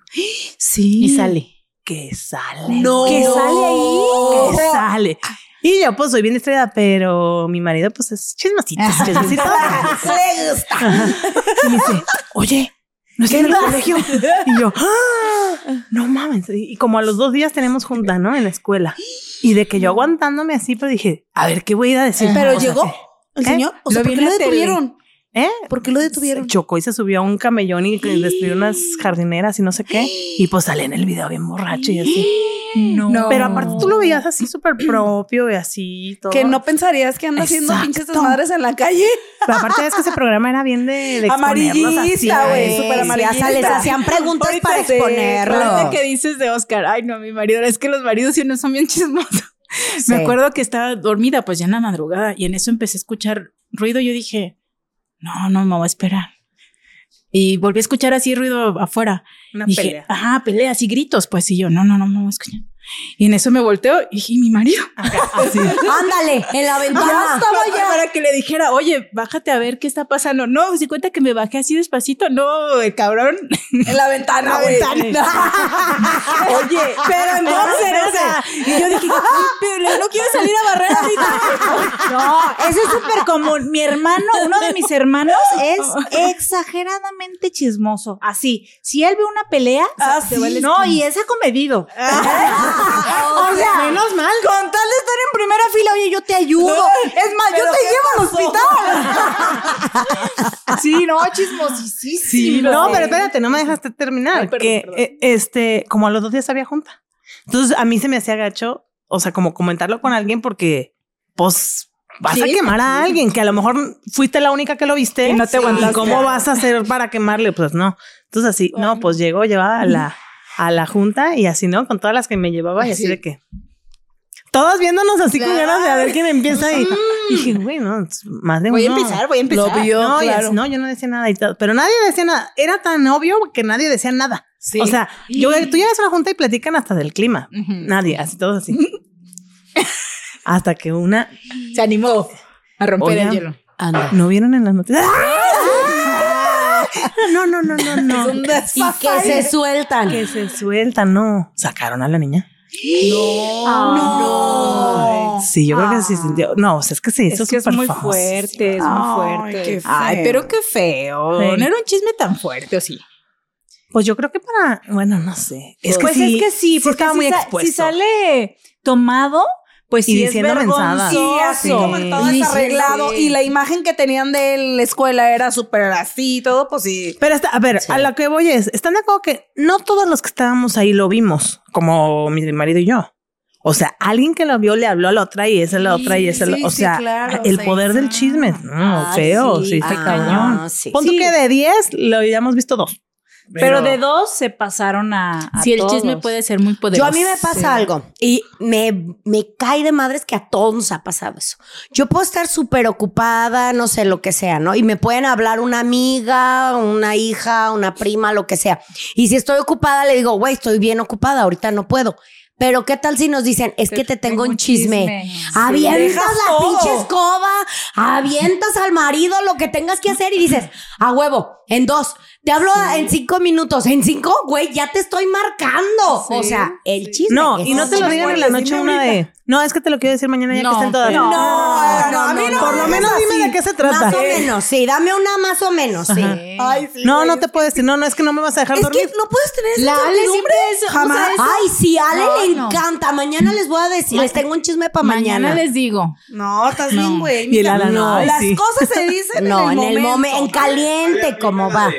Sí.
Y sale.
Que sale.
No.
Que sale ahí.
ahí?
Que sale. Y yo, pues, soy bien estrella, pero mi marido, pues, es chismosito, es chismosito.
Le gusta.
Y me dice, oye, no estoy en el colegio. Y yo, "Ah, no mames. Y y como a los dos días tenemos junta, ¿no? En la escuela. Y de que yo aguantándome así, pero dije, a ver, ¿qué voy a ir a decir?
Pero
O sea,
llegó el
¿Eh?
señor. O sea,
Lo vi
¿por qué
en
lo
la tele.
detuvieron?
¿eh?
¿Por qué lo detuvieron?
Chocó y se subió a un camellón y que destruyó unas jardineras y no sé qué. Y pues sale en el video bien borracho y así.
No.
Pero aparte tú lo veías así súper propio y así todo.
Oh. Que no pensarías que anda haciendo
Exacto.
pinches desmadres en la calle.
Pero aparte es que ese programa era bien de, de exponerlos así,
Amarillista, güey.
¿eh?
Súper
Sí, ya
amarillista.
se les hacían preguntas
Ahorita
para
sí,
exponerlo.
Ahorita que dices de Oscar, ay no, mi marido, es que los maridos sí no son bien chismosos.
Sí.
Me acuerdo que estaba dormida, pues ya en la madrugada, y en eso empecé a escuchar ruido. Yo dije, no, no me voy a esperar. Y volví a escuchar así ruido afuera.
Una
dije,
pelea.
ajá, peleas y gritos, pues. Y yo, no, no, no me voy a escuchar. Y en eso me volteo y dije, "¿Y mi marido?
Ah,
Así.
Ándale, en la
Ah,
ventana.
para- Para que le dijera, oye, bájate a ver qué está pasando. No, se cuenta que me bajé así despacito. No, el cabrón.
En la ventana, güey. Oye, pero entonces, o sea, y yo dije, pero no quiero salir a barrer
No, eso es súper común. Mi hermano, uno de mis hermanos, es exageradamente chismoso. Así, si él ve una pelea, se va a la no, y es acomedido. o sea, menos mal. Con tal de estar en primera fila, oye, yo te ayudo. Es más, yo te llevo al hospital. sí, no, chismosísimo.
No, pero espérate, no me dejaste terminar.
Ay, perdón,
que
perdón.
eh, este, como a los dos días había junta. Entonces a mí se me hacía gacho, o sea, como comentarlo con alguien porque, pues, vas a quemar a alguien que a lo mejor fuiste la única que lo viste.
Y no te aguantaste.
¿Cómo vas a hacer para quemarle? Pues no. Entonces así, no, pues llegó, llevaba a la, a la junta y así, ¿no? Con todas las que me llevaba y así de que. Todos viéndonos así con ganas de a ver quién empieza y, y dije, güey, no, más de uno.
voy a
Lo vio, no, y así, no, yo no decía nada y todo. Pero nadie decía nada. Era tan obvio que nadie decía nada. O sea, yo, tú llegas a una junta y platican hasta del clima. Nadie, así, todos así. hasta que una...
Se animó a romper
Oigan,
el hielo.
¿No vieron en las noticias? no, no, no, no, no.
Y que se sueltan.
Que se suelta, no. Sacaron a la niña.
no.
Sí, yo creo que se sintió. No, o sea, es que se hizo
Es que es
súper
muy
famoso.
fuerte, es muy fuerte. Ay, pero qué feo.
Sí.
No era un chisme tan fuerte, ¿o sí?
Pues yo creo que para, bueno, no sé. Es que
pues
sí,
es que sí, porque
estaba
si,
muy
sa-
expuesto.
si sale tomado, pues
Y
sí es
diciendo
Ah,
mensadas.
vergonzoso.
Y así como que todo desarreglado. Y la imagen que tenían de la escuela era súper así y todo, pues sí.
Pero está- a ver, a lo que voy es, ¿están de acuerdo que no todos los que estábamos ahí lo vimos, como mi marido y yo? O sea, alguien que lo vio le habló a la otra y esa a la otra y esa, a la- o sea, el poder del chisme, no, feo, sí, está
Ah,
cañón.
sí.
Pues,
Pon tú que de 10 lo hayamos visto dos.
Pero de dos se pasaron a. a
Sí, el chisme
todos.
puede ser muy
Yo
poderoso.
a mí me pasa algo y me, me cae de madres que a todos nos ha pasado eso. Yo puedo estar súper ocupada, no sé, lo que sea, ¿no? Y me pueden hablar una amiga, una hija, una prima, lo que sea. Y si estoy ocupada, le digo, güey, estoy bien ocupada, ahorita no puedo. Pero ¿qué tal si nos dicen, es que te tengo un chisme? Avientas la pinche escoba, avientas al marido lo que tengas que hacer y dices, a huevo, en dos, te hablo en cinco minutos, en cinco, güey, ya te estoy marcando. o sea, el chisme.
No,
que
y no
es
te lo
chisme.
digan en la noche una de, no, es que te lo quiero decir mañana ya
No,
que estén todas.
no,
no, no, a mí no
por
me
lo
hagas
menos dime de qué se trata.
Más o menos, sí, dame una más o menos, sí.
Ay, sí.
No, no te puedo decir, no, no, es que no me vas a dejar
Es
dormir.
que no puedes tener esa
La Ale
incertidumbre. Jamás.
Ay, sí, a Ale le
no.
encanta. Mañana les voy a decir, les tengo un chisme para mañana.
Mañana les digo.
No, estás bien, güey.
Y el
Mira,
Alan,
no,
ay,
las
sí.
cosas se dicen
No,
en el momento.
momen, en
Oye,
caliente,
a mí
como
me
va.
de,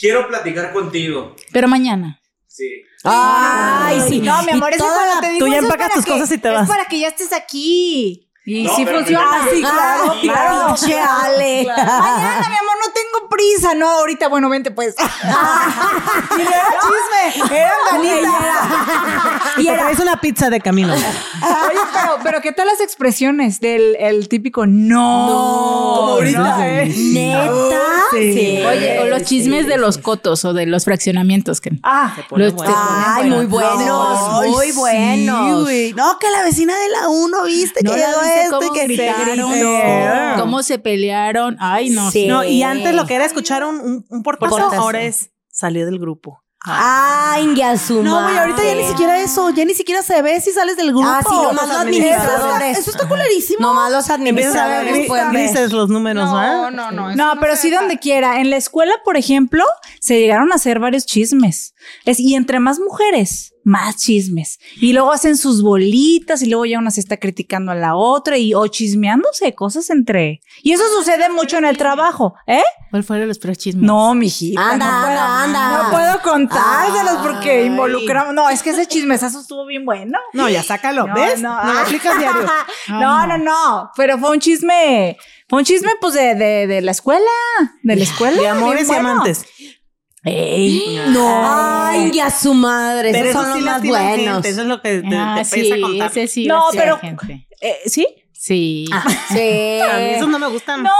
Quiero platicar contigo.
Pero mañana.
Sí.
Ah,
Ay, sí.
No, mi amor,
Y
eso es
toda
cuando
la-
te digo,
Tú ya
eso es
empacas
para
tus
que-
cosas y te
es
vas.
para que ya estés aquí. Y
No,
sí
pero
funciona.
mira,
Sí, claro, claro. Pinche Ale.
Mañana, mi amor, no tengo prisa. No, ahorita, bueno, vente pues.
Ah, Y te traes una pizza de camino.
Oye, pero, pero ¿qué tal las expresiones del el típico no?
Como
no,
ahorita.
eh.
Neta. Sí.
Oye, o los chismes de los cotos o de los fraccionamientos que.
Ah,
los-
Ay, muy buenos,
Ay,
muy
sí,
buenos.
güey. No, que la vecina de la uno, viste,
No,
que
la
llegó
viste
esto y
cómo
que
se
gritaron.
gritaron, cómo se pelearon. Ay, no.
Sí.
Sí.
No, y antes lo que era escuchar un, un, un portazo, ahora es salió del grupo.
Ay, Ingiazuma.
No, güey, ahorita ya ni siquiera eso, ya ni siquiera se ve si sales del grupo.
Ah, sí, nomás los administradores.
Eso está, eso está culerísimo.
Nomás los
Empiezas a ver
administradores
gri-
pueden ver.
grises los números, ¿va?
No, pero sí donde quiera. En la escuela, por ejemplo, se llegaron a hacer varios chismes. Es- y entre más mujeres, más chismes. Y luego hacen sus bolitas y luego ya una se está criticando a la otra y o chismeándose cosas entre. Y eso sucede mucho en el trabajo, ¿eh?
¿Cuál fueron los chismes?
No, mijita.
Anda,
no puedo,
anda, anda.
No puedo contárselos porque involucramos. No, es que ese chismesazo estuvo bien bueno.
No, ya sácalo,
No,
¿ves?
no.
No, lo aplicas diario.
No, no, no. Pero fue un chisme. Fue un chisme, pues, de, de, de la escuela. De la escuela.
De
bien
amores y
bueno.
amantes.
Ey.
Ay, ya su madre.
Pero
Esos
eso
son
sí
los más
lastima gente,
buenos.
Eso es lo que te,
Ah,
te
sí,
pesa contar.
ese sí.
No,
No, pero.
pero- Eh, ¿Sí?
Sí.
Sí.
A mí esos no me gustan.
No,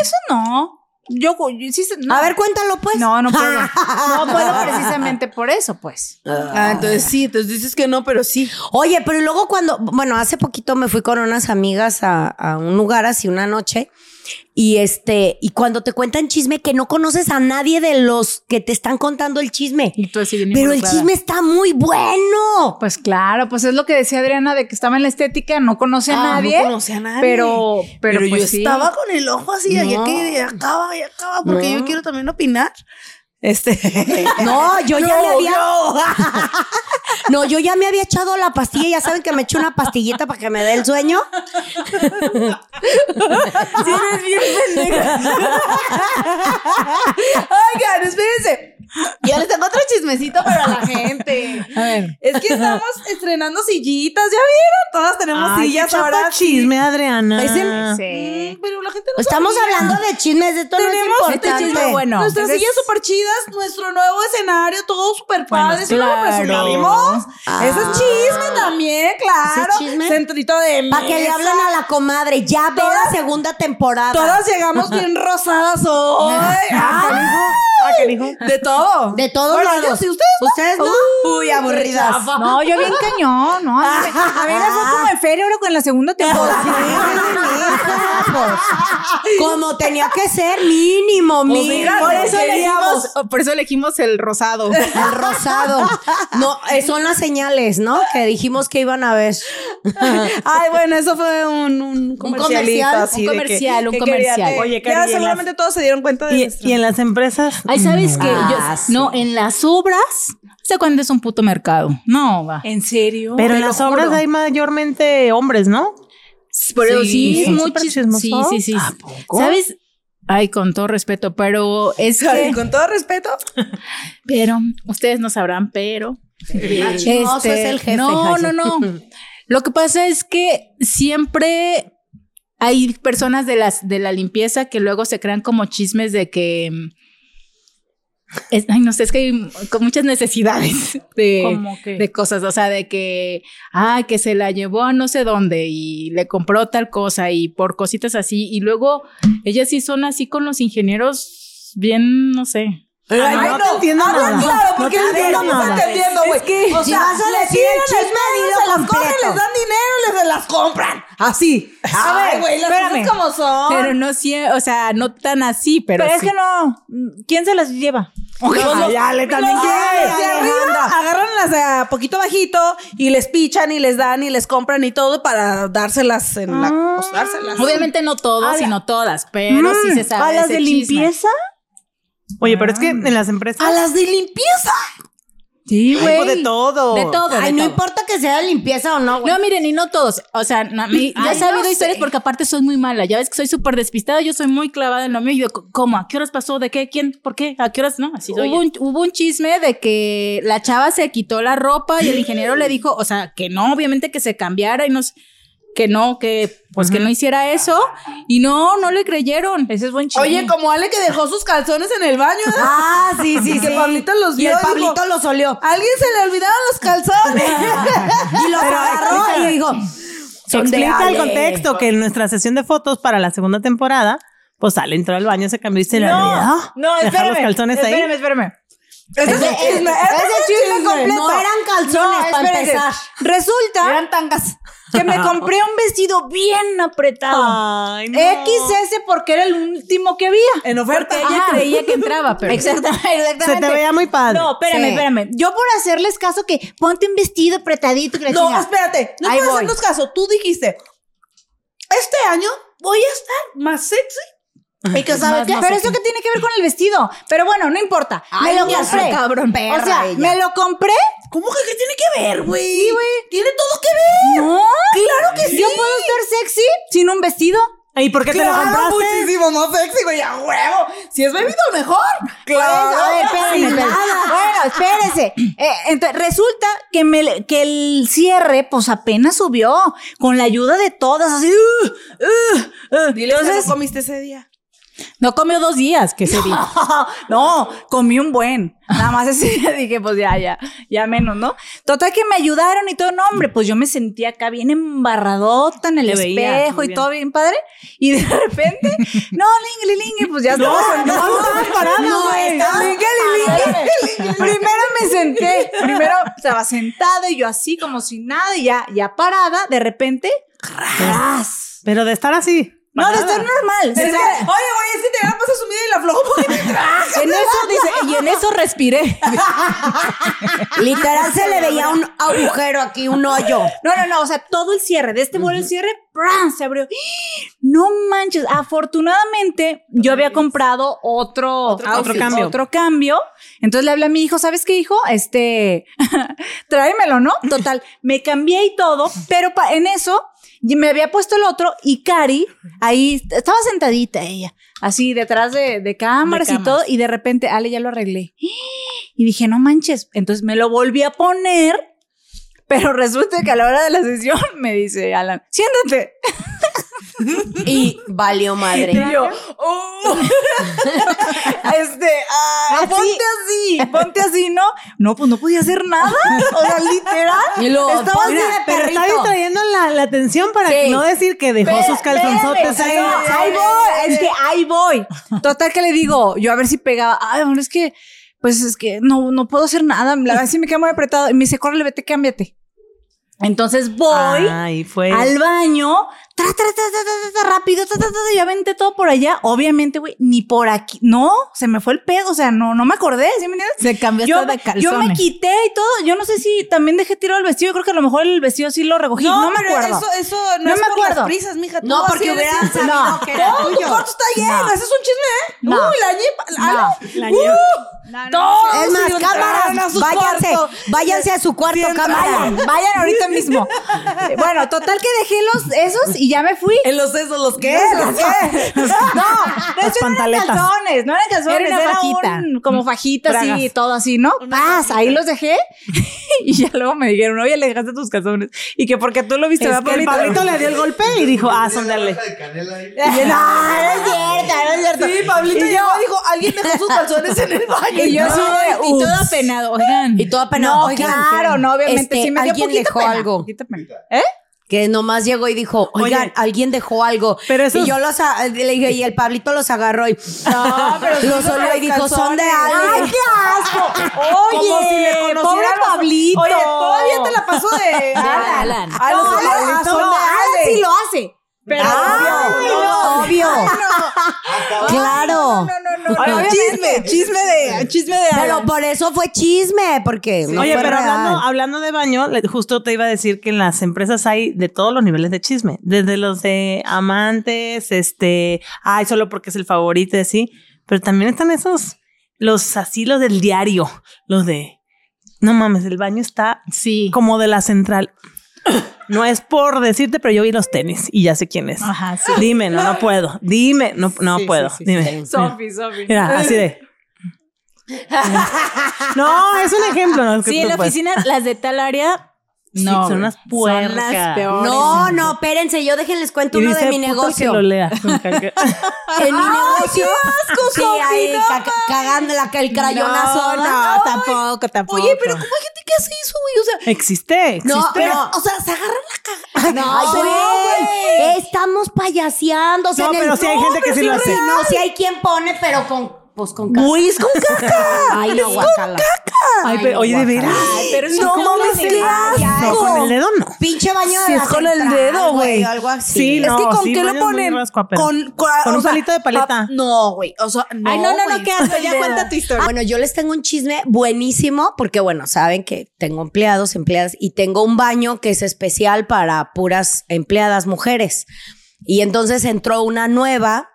eso no. Yo, yo sí se- no.
A ver, cuéntalo, pues.
No, no puedo. No puedo precisamente por eso, pues.
Ah, entonces sí, entonces dices que no, pero sí.
Oye, pero luego cuando, bueno, hace poquito me fui con unas amigas a, a un lugar así una noche y este, y cuando te cuentan chisme que no conoces a nadie de los que te están contando el chisme.
Y tú así bien
Pero el
involucrada.
chisme está muy bueno.
Pues claro, pues es lo que decía Adriana de que estaba en la estética, no conoce a
Ah, no
nadie.
conoce a nadie.
Pero, pero,
Pero,
pues
yo
sí.
estaba con el ojo así, ya
No.
que acaba, ya acaba, porque
No.
yo quiero también opinar. Este.
No, yo ya me
No,
había.
no.
No, yo ya me había echado la pastilla. Ya saben que me echo una pastillita para que me dé el sueño.
Oigan, espérense. Yo les tengo otro chismecito para la gente.
A ver.
Es que estamos estrenando sillitas, ¿ya vieron? Todas tenemos
Ay, qué
sillas
chapa
ahora. sí.
chisme, Adriana.
Es el-
Ah. Sí.
Mm, Pero la gente no
Estamos
sabía.
hablando de chismes, de todo lo
Tenemos este
importante.
chisme
bueno.
Nuestras
Entonces-
sillas súper chidas, nuestro nuevo escenario, todo súper
Bueno,
padre. Sí, no lo
claro.
presumimos.
Ah.
Ese es chisme también, claro.
¿Ese es chisme?
Centrito de mesa.
Para que le hablan a la comadre. Ya ve la segunda temporada.
Todas llegamos bien rosadas hoy. ¡Ah! De todo.
De todos
Bueno,
lados.
yo sí, ustedes no.
Ustedes no.
Uy, aburridas.
No, yo bien cañón, no. A mí me- a mí me fue como el feria ahora con la segunda temporada.
Como tenía que ser, mínimo, mínimo.
Por eso elegimos.
Por eso elegimos el rosado.
El rosado. No, eh, son las señales, ¿no? Que dijimos que iban a ver.
Ay, bueno, eso fue un, un comercialito
comercial,
así
un
de que-
comercial, un
que quería-
comercial.
Pues,
Oye, Cari,
ya
y en
seguramente todos se dieron cuenta de
Y,
nuestra-
y en las empresas.
Ay, ¿sabes qué? Yo-
Ah, sí.
No, en las obras, ¿se cuándo es un puto mercado? No, va.
¿En serio?
Pero
te
en
lo
las obras
juro.
hay mayormente hombres, ¿no?
Pero sí, es
¿Son
muy
súper
chis-
chismosos?
Sí, sí, sí. ¿Sabes? Ay, con todo respeto, pero es que-
Ay, con todo respeto.
pero ustedes no sabrán, pero este,
chismoso es el jefe,
No,
Jaime.
no, no. Lo que pasa es que siempre hay personas de las de la limpieza que luego se crean como chismes de que mm, es- ay, no sé, es que hay m- con muchas necesidades de
¿Cómo qué?
de cosas, o sea, de que, ah, que se la llevó a no sé dónde y le compró tal cosa y por cositas así. Y luego ellas sí son así con los ingenieros, bien, no sé.
Ay, no, te entiendo nada.
Claro, porque
no te entiendo
no está
nada.
entendiendo, güey. o
si
sea,
vas a
le
decir
tiran
el
el
chisme,
pedo,
dilo
se las
completo.
cogen, les dan dinero y les las compran. Así. A ver, güey, las cosas como son.
Pero no, sie- o sea, no tan así, pero,
Pero es
sí.
que no. ¿Quién se las lleva?
Ay,
Dale, también
No,
quieres.
desde arriba agarran las de a poquito bajito y les pichan y les dan y les compran y todo para dárselas en la pues, dárselas.
Obviamente no todos, sino todas, pero sí
Mm,
se sabe.
¿A las
ese
de
chisme.
limpieza?
Oye, pero es que en las empresas
A las de limpieza.
Sí, güey.
hay de todo.
De todo. de
Ay, no
todo.
importa que sea limpieza o no, güey.
No, miren, y no todos. O sea, no, a mí- yo he
Ay,
sabido
no
historias
sé.
porque aparte soy muy mala. Ya ves que soy súper despistada, yo soy muy clavada en lo mío. Y yo, ¿cómo? ¿A qué horas pasó? ¿De qué? ¿Quién? ¿Por qué? ¿A qué horas? No, así soy. Hubo un, hubo un chisme de que la chava se quitó la ropa y el ingeniero le dijo, o sea, que no, obviamente que se cambiara y no sé- que no, que pues que no hiciera eso. Y no, no le creyeron. Ese es buen chisme.
Oye, como Ale que dejó sus calzones en el baño. ¿eh?
Ah, sí, sí,
Y
sí.
que Pablito los
y
vio
el
y dijo,
Pablito los olió.
Alguien se le olvidaron los calzones.
Y los agarró y dijo, son de
Explica el
Ale.
contexto que en nuestra sesión de fotos para la segunda temporada, pues Ale entró al baño, se cambió y se le olvidó
No,
dejar
espérame.
los calzones ahí.
espérame, espérame.
Ese es el chisme, ese es el chisme completo.
No eran calzones,
No,
para
espérense.
empezar.
Resulta. Eran tangas. Que me compré un vestido bien apretado.
Ah.
Ay, no.
XS porque era el último que había.
En oferta. Ah,
ella creía que entraba, pero.
Exactamente,
Se te veía muy padre.
No, espérame,
Sí.
espérame. Yo por hacerles caso que ponte un vestido apretadito. Que la
No,
chingada.
espérate. No
Ahí
puedes
voy.
hacernos caso. Tú dijiste, este año voy a estar más sexy.
Y que sabe
Más,
qué.
más
Pero
aquí.
eso que tiene que ver con el vestido. Pero bueno, no importa.
Ay,
me lo
ya
compré.
está, cabrón,
o
perra
sea,
ella.
me lo compré.
¿Cómo que qué tiene que ver, güey? Sí, güey. Tiene todo que ver.
No.
Claro que sí.
Yo puedo estar sexy sin un vestido.
¿Y por qué te lo
Claro,
compraste?
muchísimo más sexy, güey. A huevo. Si es bebido, mejor.
Por eso, a ver, espérenme,
Sin
espérenme.
nada.
Bueno, espérense. Eh, entonces, resulta que, me- que el cierre, pues apenas subió, con la ayuda de todas, así. uh, uh, uh.
Dile que
Entonces,
no comiste ese día.
No comió dos días, que se dijo.
no, comí un buen. Nada más así dije, pues ya, ya, ya menos, ¿no? Total que me ayudaron y todo, no, hombre, pues yo me sentía acá bien embarradota en el
Te veía,
espejo
muy
y
bien.
todo bien padre. Y de repente, no, lingue, lingue, pues ya estaba sentada.
no, estabas parada, güey.
estaba-
Lingue,
Espérame. Primero me senté, primero estaba sentada y yo así como sin nada y ya, ya parada, de repente, ¡cras!
Pero de estar así.
No, de
parada.
estar normal.
Es que, oye, güey, es que te la pasas sumida y la aflojo un poquito.
Ah, En eso dice, y en eso respiré.
Literal se le veía un agujero aquí, un hoyo.
No, no, no, o sea, todo el cierre, de este vuelo el cierre, ¡pran! se abrió. ¡Ah! No manches, afortunadamente yo había comprado otro,
Otro outfit. cambio.
otro cambio. Entonces le hablé a mi hijo, ¿sabes qué, hijo? Este, tráemelo, ¿no? Total, me cambié y todo, pero pa- en eso y me había puesto el otro y Cari, ahí estaba sentadita ella, así detrás de, de cámaras y todo, y de repente, Ale, ya lo arreglé. Y dije, no manches. Entonces me lo volví a poner, pero resulta que a la hora de la sesión me dice Alan, siéntate.
Y valió madre.
Y yo, "Oh". este, ah, ponte así, ponte así, ¿no? No, pues no podía hacer nada. O sea, literal.
Y luego,
estaba así
mira,
de
Pero está
perrito.
distrayendo la, la atención para no decir que dejó sus calzonzotes
Espérame,
ahí.
no, ahí voy, es que ahí voy. Total que le digo, yo a ver si pegaba, ay, bueno, es que, pues es que no, no puedo hacer nada, la verdad sí me queda muy apretado. Y me dice, córrele, vete, cámbiate. Entonces voy
Ay, fue.
Eh.
al baño, tra, tra, tra, tra, tra, tra, rápido, tra, tra, tra, ya aventé todo por allá. Obviamente, güey, ni por aquí, no, se me fue el pedo, o sea, no, no me acordé, ¿sí me entiendes?
Se cambió
Yo,
hasta de
yo me
calzones.
quité y todo. Yo no sé si también dejé tirado el vestido. Yo creo que a lo mejor el vestido sí lo recogí. No, me
pero
acuerdo.
Eso, eso no,
No
es por
me
las
acuerdo.
prisas, mija. tú
No,
así
porque
eres
hubieran
siempre-
sabido que era
Todo tu
tuyo.
cuarto está lleno. Ese es un chisme, ¿eh?
No.
Uy, la ñepa.
No.
ala.
La
Uh,
ñepa.
Todos
Es más,
entraron a
cámaras,
su
váyanse,
cuarto.
váyanse a su cuarto, cámara.
Vayan, vayan ahorita mismo. Eh, Bueno, total que dejé los esos y ya me fui.
En los esos, los que.
¿Los qué? No, de hecho no eran
pantaletas.
calzones, no eran calzones,
Era
era,
una fajita.
un- como fajita así,
Bragas.
todo así, ¿no? Paz, ahí los dejé y ya luego me dijeron, oye, le dejaste tus calzones y que porque tú lo viste,
Es
¿verdad,
que el
Pablito?
Pablito le dio el golpe y dijo, ah, sóndale.
Sí, Pablito llegó y dijo, alguien dejó sus calzones en el baño.
Y yo así de,
Y todo
"Ups".
apenado, oigan.
Y toda pena.
No,
oigan,
claro, no, obviamente
este,
sí me dio
alguien
poquito
dejó
pena,
algo.
poquito pena. ¿Eh?
Que nomás llegó y dijo, oigan,
Oye.
alguien dejó algo.
Pero esos-
y yo los, a- le dije, y el Pablito los agarró y los olió y dijo, son de alguien.
Oye,
Como si le
pobre
conociéramos.
Pablito.
Oye, todavía te la pasó de
Alan.
A los
No, Alan,
Alan, son
no,
de
Alan
Ale.
sí lo hace. Pero
Ay,
no,
obvio. Claro.
Ahora, Chisme, chisme de, chisme de Alan.
Pero por eso fue chisme, porque no
Oye,
fue
pero
real.
hablando, hablando de baño, le- justo te iba a decir que en las empresas hay de todos los niveles de chisme, desde los de amantes, este, ay, solo porque es el favorito y así, pero también están esos, los así, los del diario, los de, no mames, el baño está
Sí.
como de la central. No es por decirte, pero yo vi los tenis y ya sé quién es.
Ah,
Ajá, sí.
Dime, no, no puedo. Dime, no, no puedo. Dime.
Sofi, Sofi.
Mira, así de. No, es un ejemplo. ¿no? Es que
Sí, en
tú
la
puedes.
oficina, las de tal área,
Sí,
no.
son unas
güey, son las
puercas.
peores.
No, no, espérense, yo déjenles cuento
Y
uno
dice,
de mi
"Puta,
negocio.
Que lo lea. Con caca.
En mi negocio. sí, ahí ca- cagando la, el crayonazo. No,
tampoco, tampoco.
Oye, pero ¿cómo hay gente que hace eso, güey? O sea,
existe, existe.
No, pero,
o sea, se agarran la caja.
no, güey. Estamos payaseando. o sea,
No,
en el-
pero sí hay
No,
gente que
pero
sí lo hace.
real. No, sí hay quien pone, pero con, pues con caca.
Güeyes con caca.
Ay, no, guacala.
Ay, pero, oye, de veras.
pero es
No
que-
mames, qué
No,
asco.
con el dedo no.
Pinche baño de
Si
la
es con el
central,
dedo, güey.
Algo así.
Sí,
Es
no,
que con
sí,
qué lo
baños muy
ponen?
rascua, pero-
Con,
Con un
o sea,
palito de paleta.
pap- No, güey. O sea, no.
Ay, no, no, no,
güey.
qué asco, ya cuenta
tu historia.
Bueno, yo les tengo un chisme buenísimo porque, bueno, saben que tengo empleados, empleadas y tengo un baño que es especial para puras empleadas mujeres. Y entonces entró una nueva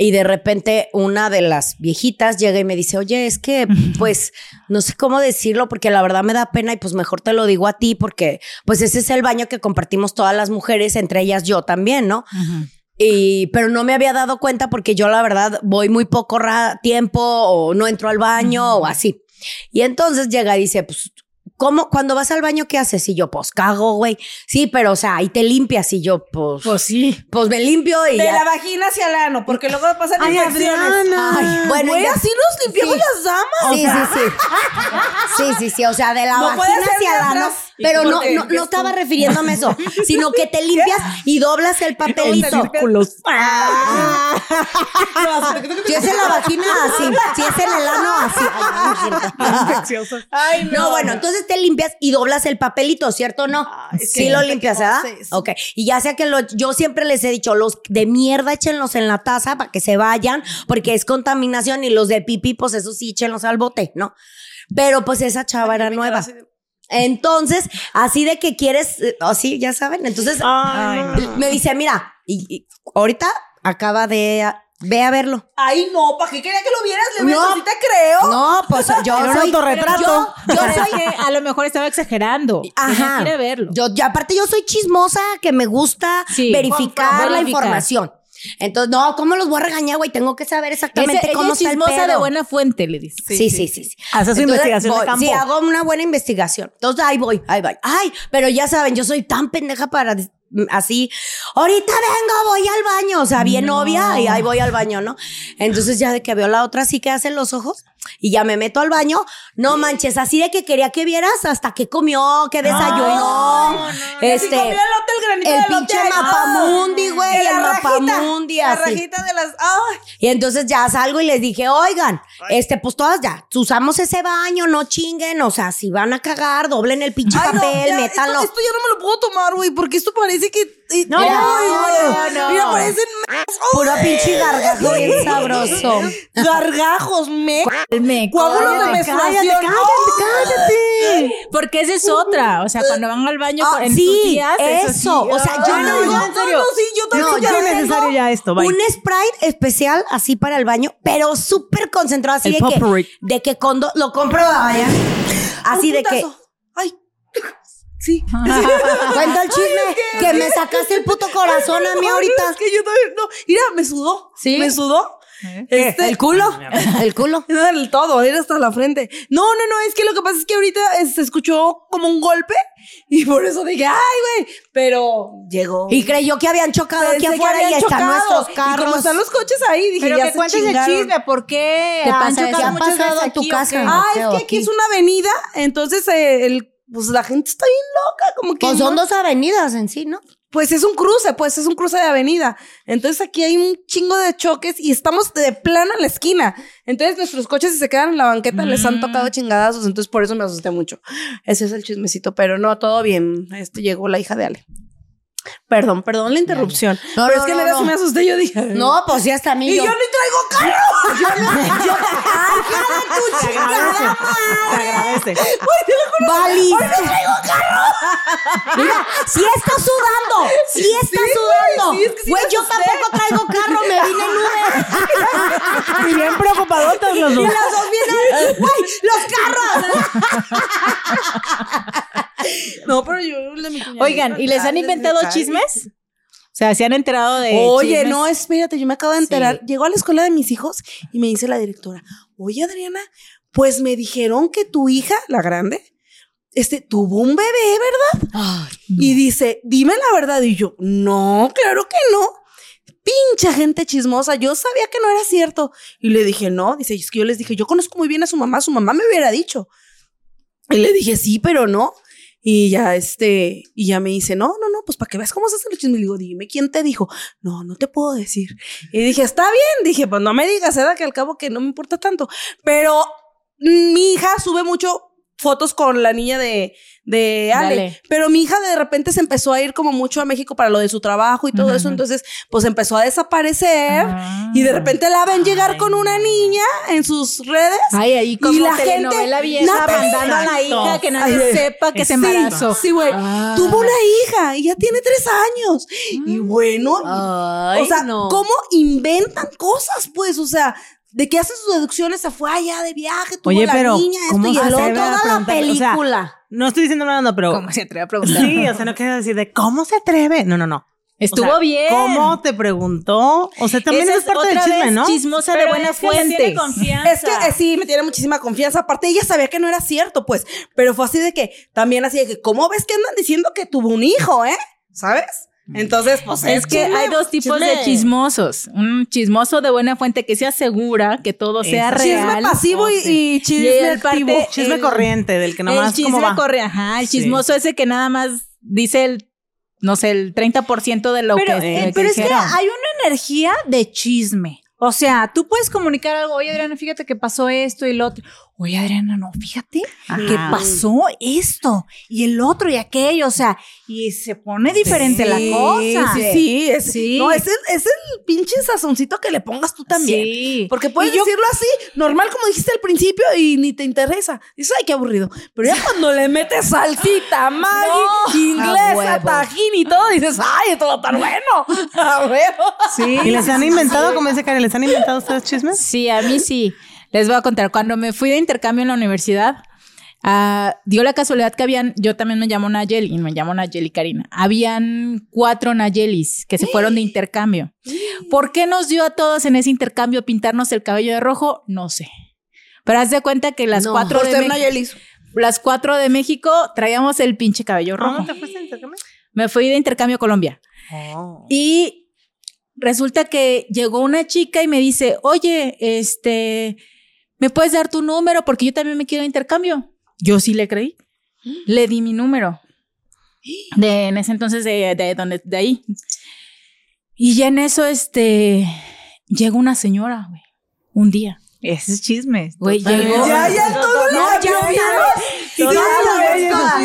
y de repente una de las viejitas llega y me dice, oye, es que pues no sé cómo decirlo porque la verdad me da pena y pues mejor te lo digo a ti porque pues ese es el baño que compartimos todas las mujeres, entre ellas yo también, ¿no? Y, pero no me había dado cuenta porque yo la verdad voy muy poco ra- tiempo o no entro al baño o así. Y entonces llega y dice, pues ¿cómo? Cuando vas al baño, ¿qué haces? Y yo, pues cago, güey. Sí, pero, o sea, y te limpias y yo, pues.
Pues sí.
Pues me limpio y.
De
ya.
la vagina hacia el ano, porque luego pasan
Ay,
infecciones.
Adriana.
Ay, bueno,
Ah, Güey,
ya-
así nos limpiamos
Sí.
las damas.
Sí, sí, sí. Sí, sí, sí. O sea, de la
No puede
vagina
ser de
hacia el ano.
atrás. ¿Y
Pero
por
no,
qué
no, no
limpias
estaba refiriéndome a eso, sino que te limpias y doblas el papelito. Si es en la vagina, así. Si es en el ano, así. Ay, no, no es cierto.
Ay, no.
No, bueno, entonces te limpias y doblas el papelito, ¿cierto o no?
Ah,
sí lo limpias, ¿verdad? Ok. Y ya sea que lo, yo siempre les he dicho, los de mierda échenlos en la taza para que se vayan, porque es contaminación, y los de pipí, pues eso sí, échenlos al bote, ¿no? Pero pues esa chava era nueva. Entonces, así de que quieres, eh, así, ya saben. Entonces,
Ah. Ay, no.
me dice, mira, y, y ahorita acaba de, ah, ve a verlo.
Ay, no, ¿para qué quería que lo vieras? Le
No.
no. te creo.
No, pues yo
¡Oh! Era un
soy,
autorretrato.
Yo, yo soy
que a lo mejor estaba exagerando.
Ajá.
Ajá. quiere verlo.
Yo, yo- aparte, yo soy chismosa que me gusta
Sí.
verificar la
Verificar.
información. Entonces, no, ¿cómo los voy a regañar, güey? Tengo que saber exactamente
Ese- ella
cómo
es
está el
chismosa
pedo.
de buena fuente, le dice.
Sí, sí, sí. sí.
Hace su
Entonces,
investigación de
voy-
campo.
Sí, hago una buena investigación. Entonces, ahí voy, ahí voy. Ay, pero ya saben, yo soy tan pendeja para dis- así, ahorita vengo, voy al baño, o sea, bien obvia, y ahí voy al baño, ¿no? Entonces ya de que veo la otra, así que hacen los ojos, y ya me meto al baño, no manches, así de que quería que vieras hasta qué comió, qué desayunó,
Este,
este,
el granito
el
de
pinche
elote.
mapamundi, güey,
De la
el
rajita,
mapamundi,
La
así.
rajita de las. Ay,
y entonces ya salgo y les dije, oigan, este, pues todas ya, usamos ese baño, no chinguen, o sea, si van a cagar, doblen el pinche
ay, no,
papel,
ya,
métanlo.
Esto, esto ya no me lo puedo tomar, güey, porque esto parece que. eh,
No,
ay,
no, no.
Mira, parecen me-
Puro pinche gargajo bien sabroso.
gargajos, me.
Me
Coágulos de
cállate,
menstruación.
cállate,
Ay.
Porque esa es otra. O sea, cuando van al baño
Ah,
en
sí,
sus días,
eso.
sí.
O sea, yo
Ay,
no digo-
no, en serio. sí, yo también.
No,
ya
yo
tengo-
necesario ya esto, bye.
Un Sprite especial así para el baño, pero súper concentrado, así
El
de que,
Pop-Rite.
de que condo- lo compro allá. Así
Un
de que,
putazo. Ay. Sí.
cuenta el chisme, que me sacaste el puto corazón a mí
Ay,
ahorita.
Es que yo también. No. Mira, me sudó.
¿Sí?
Me sudó. Este,
¿El culo? El culo.
No, del todo, era hasta la frente. No, no, no, es que lo que pasa es que ahorita eh, se escuchó como un golpe y por eso dije, ay, güey, pero llegó.
Y creyó que habían chocado
Pensé
aquí
que
afuera y
habían
están
chocado.
nuestros
Y como
carros.
están los coches ahí, dije,
Pero
ya
que
se
cuentes el
chingaron.
chisme, ¿por qué?
Te
han
pasa
chocado
eso.
¿Qué ha
muchas
pasado
veces
en tu
aquí,
casa?
o qué?
Ah,
¿o
es que aquí
qué?
es una avenida, entonces eh, el, pues la gente está bien loca, como que...
Pues
no-
son dos avenidas en sí, ¿no?
Pues es un cruce, pues es un cruce de avenida. Entonces aquí hay un chingo de choques y estamos de plano en la esquina. Entonces nuestros coches si se quedan en la banqueta les
Mm.
han tocado chingadazos, entonces por eso me asusté mucho. Ese es el chismecito, pero no, todo bien. Esto llegó la hija de Ale. Perdón, perdón la interrupción.
No,
pero
no,
es que
no,
neta
no.
sí me asusté, yo dije.
No, pues sí, hasta a mí.
Y yo,
yo-
ni traigo carro.
Te agradece. Te agradece.
¡Vali! Mira, si está sudando, si está
güey,
sudando.
sí,
Güey,
es que sí me
yo
asusté.
tampoco traigo carro, me vine en Uber.
Y bien preocupadotas los dos.
Las dos vienen, güey, los carros.
No, pero yo el de mi cuñadita,
Oigan, ¿y les
Ah,
han
Charles,
inventado
de Charles.
chismes? O sea, ¿se han enterado de
Oye,
chismes?
no, espérate, yo me acabo de enterar. Llegó a la escuela de mis hijos y me dice la directora, oye Adriana, pues me dijeron que tu hija, la grande, este, tuvo un bebé, ¿verdad? Y dice, dime la verdad. Y yo, no, claro que no. Pincha gente chismosa, yo sabía que no era cierto. Y le dije, no, dice, es que yo les dije, yo conozco muy bien a su mamá, su mamá me hubiera dicho. Y le dije, sí, pero no. Y ya este, y ya me dice, no, no, no, pues para que veas cómo se hacen los chismes. Le digo, dime quién te dijo. No, no te puedo decir. Y dije, está bien. Dije, pues no me digas, edad que al cabo que no me importa tanto. Pero mi hija sube mucho fotos con la niña de, de Ale.
Dale.
Pero mi hija de repente se empezó a ir como mucho a México para lo de su trabajo y todo eso. Entonces, pues empezó a desaparecer. Y de repente la ven llegar con una niña en sus redes.
Ay, ahí como
la
telenovela
gente-
vieja
Natalie
mandando a la hija que nadie
Ay,
sepa que se
Sí,
embarazó.
Sí, güey.
Ah.
Tuvo una hija y ya tiene tres años. Y bueno,
Ay,
o sea,
no.
¿cómo inventan cosas? Pues, o sea, ¿de qué hacen sus deducciones? Se fue allá de viaje, tuvo
Oye,
la
pero,
niña, esto
¿cómo
y el
se
otro.
atreve a
Toda la
preguntar?
película.
O sea, No estoy diciendo nada, no, pero.
¿Cómo se atreve a preguntar?
Sí, o sea, no quiero decir de cómo se atreve. No, no, no.
Estuvo
O sea,
bien.
¿Cómo te preguntó? O sea, también es,
Esa es
parte del
otra
chisme,
vez
¿no?
chismosa de
Pero
buena
es que tiene
fuente.
confianza.
Es que eh, sí, me tiene muchísima confianza. Aparte, ella sabía que no era cierto, pues. Pero fue así de que, también así de que, ¿cómo ves que andan diciendo que tuvo un hijo, eh? ¿Sabes? Entonces, pues
Es que
chisme,
hay dos tipos de chismosos. Un chismoso de buena fuente que se asegura que todo sea
Exacto.
real.
Chisme pasivo y- y
el
chisme activo.
parte-
Chisme
el-
corriente, del que nomás,
El chisme
¿cómo va?
corre, ajá. El
Sí.
chismoso ese que nada más dice el, no sé, el 30% de lo
pero,
que.
eh,
que
pero es que
dijeron.
hay una energía de chisme. O sea, tú puedes comunicar algo, oye Adriana, fíjate que pasó esto y lo otro. Oye Adriana, no, fíjate que
Ajá.
pasó esto y el otro y aquello. O sea, y se pone diferente
Sí,
la cosa.
Sí, sí, es,
Sí.
No, es el, es el pinche sazoncito que le pongas tú también.
Sí.
Porque puedes decirlo así, normal como dijiste al principio y ni te interesa. Dices, ay, qué aburrido. Pero ya cuando le metes salsita, Maggi,
Ah,
A
inglesa,
huevo.
tajín y todo, dices, ay, esto va a estar bueno. A ver.
Sí. ¿Y les han inventado, como dice Karen, les han inventado ustedes chismes?
Sí, a mí sí. Les voy a contar. Cuando me fui de intercambio en la universidad, ah, dio la casualidad que habían, yo también me llamo Nayeli, y me llamo Nayeli Karina. Habían cuatro Nayelis que se fueron de intercambio. ¿Por qué nos dio a todos en ese intercambio pintarnos el cabello de rojo? No sé. Pero haz de cuenta que las cuatro
Por
de
ser
Mex-
Nayelis.
las cuatro de México traíamos el pinche cabello rojo.
¿Cómo
Ah.
te fuiste a intercambio?
Me fui de intercambio a Colombia.
Oh.
Y resulta que llegó una chica y me dice, oye, este, ¿me puedes dar tu número? Porque yo también me quiero de intercambio. Yo sí le creí.
Mm.
Le di mi número. De, en ese entonces, de, de, donde, de ahí. Y ya en eso, este, llegó una señora, güey, un día.
Ese es chisme.
Güey, llegó.
Ya, ya, todo lo
No, ya,
Todas las cosas.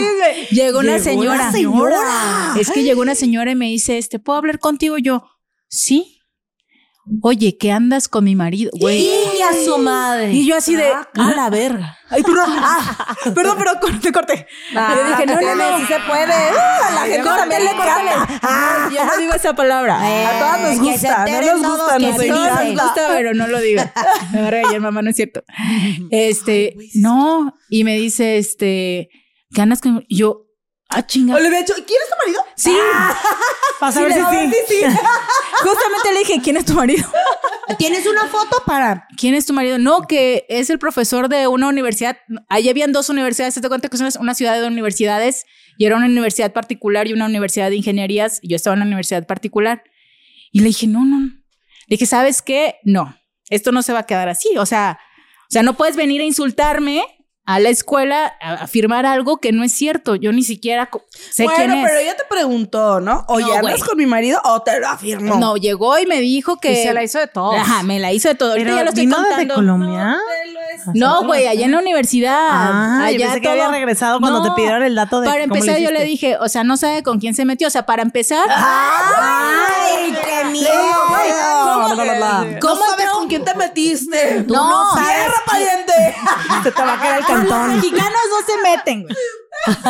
Llegó una
Llegó
señora.
la señora.
Es que llegó una señora y me dice, este, ¿puedo hablar contigo? Yo, sí. Oye, ¿qué andas con mi marido? Güey.
Y a su madre.
Y yo así de, a la verga. Ay, perdón. Ah, perdón, pero corte, corte. yo dije, no, Ah, no, no.
Sí se puede. Ah, la gente también le encanta. Ah,
Yo no digo esa palabra.
Ah,
a todas nos
que se
gusta, no nos
enteren todos
gusta,
que
nos
así
No, me
dicen.
encanta.
gusta, pero no lo diga. Me va a regañar mamá, no es cierto. Este, no. Y me dice, este, ¿qué andas con? y yo, ah, chinga.
O le hubiera dicho, ¿quién es tu marido?
Sí.
Para saber si Ah, sí.
Justamente le dije, ¿quién es tu marido?
¿Tienes una foto para...?
¿Quién es tu marido? No, que es el profesor de una universidad. Ahí habían dos universidades. ¿Te das cuenta que es una ciudad de universidades? Y era una universidad particular y una universidad de ingenierías. Y yo estaba en la universidad particular. Y le dije, no, no. no. Le dije, ¿sabes qué? No, esto no se va a quedar así. O sea, o sea no puedes venir a insultarme a la escuela a a afirmar algo que no es cierto. Yo ni siquiera co- sé
bueno,
quién es.
pero ella te preguntó, ¿no? O
No,
ya
güey.
andas con mi marido o te lo afirmo.
No, llegó y me dijo que...
Y se la hizo de todo.
Ajá, me la hizo de todo. Ahorita
Pero
ya lo estoy
¿vino desde
contando.
Colombia?
No, güey, allá en la universidad.
Ah, yo
allá
pensé que había regresado cuando te pidieron el dato de
Para
cómo le
empezar, yo le
hiciste.
dije, o sea, no sabe con quién se metió. O sea, para empezar,
¡Ay, qué miedo!
Bla, bla, bla.
¿Cómo
no sabes
no?
con quién te metiste.
no sabes
Tierra pariente.
Se te va a caer el cantón.
mexicanos no se meten, güey.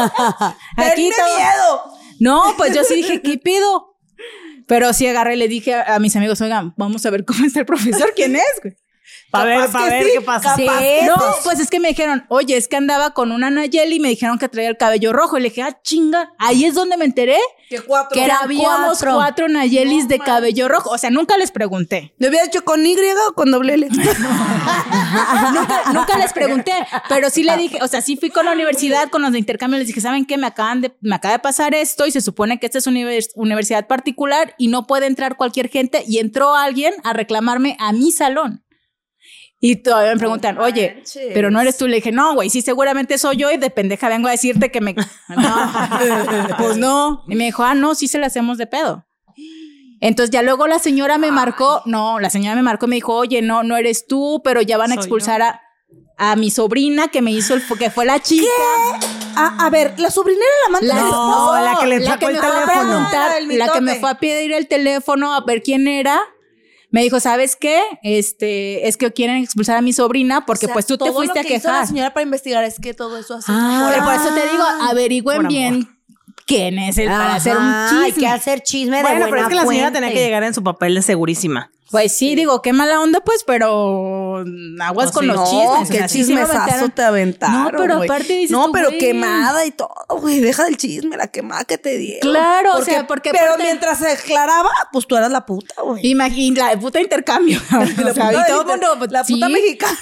aquí
Tenme
todo-
miedo.
No, pues yo sí dije, ¿qué pido? Pero sí agarré y le dije a, a mis amigos, oigan, vamos a ver cómo está el profesor, quién es, güey.
Para ver,
Capaz
para
que
ver
sí,
qué pasa.
Sí, no, pues es que me dijeron, oye, es que andaba con una Nayeli y me dijeron que traía el cabello rojo. Y le dije, ah, chinga, ahí es donde me enteré
Que cuatro.
que habíamos cuatro,
cuatro.
Nayelis de cabello rojo. O sea, nunca les pregunté.
¿Le hubiera hecho con Y o con doble L?
nunca, nunca les pregunté, pero sí le dije, o sea, sí fui con la universidad, con los de intercambio, les dije, ¿saben qué? Me acaban de, me acaba de pasar esto y se supone que esta es una univers- universidad particular y no puede entrar cualquier gente y entró alguien a reclamarme a mi salón. Y todavía me preguntan, oye, pero no eres tú. Le dije, no, güey, sí, seguramente soy yo y de pendeja vengo a decirte que me... No, pues no. Y me dijo, ah, no, sí se la hacemos de pedo. Entonces ya luego la señora me marcó, no, la señora me marcó y me dijo, oye, no, no eres tú, pero ya van a expulsar a, a mi sobrina que me hizo el, que fue la chica.
A, a ver, la sobrina era la amante
Ah, La,
del esposo.
no, la que le sacó el
me fue a
teléfono.
preguntar,
Ah, el
la que me
mitote.
fue a pedir el teléfono a ver quién era. Me dijo, ¿sabes qué? Este, es que quieren expulsar a mi sobrina porque pues tú te fuiste a quejar.
señora para investigar es que todo eso hace.
Pero por eso te digo, averigüen bien quién es el para hacer un
Ajá, Hay
chisme.
que hacer chisme de
Bueno,
buena
pero es que la señora
fuente.
tenía que llegar en su papel de segurísima.
Pues sí, digo, qué mala onda, pues, pero aguas con los chismes.
Ah, qué
o sea, sí se me
chismesazo
aventaron.
te aventaron.
No, pero
güey.
aparte dices
No,
tú,
pero
güey.
quemada y todo, güey. Deja del chisme, la quemada que te dieron.
Claro, o sea, porque
Pero
aparte-
mientras se aclaraba, pues tú eras la puta, güey.
Imagín- la de puta intercambio. O sea,
La puta
y todo el
de-
mundo, pues,
La puta
sí,
mexicana.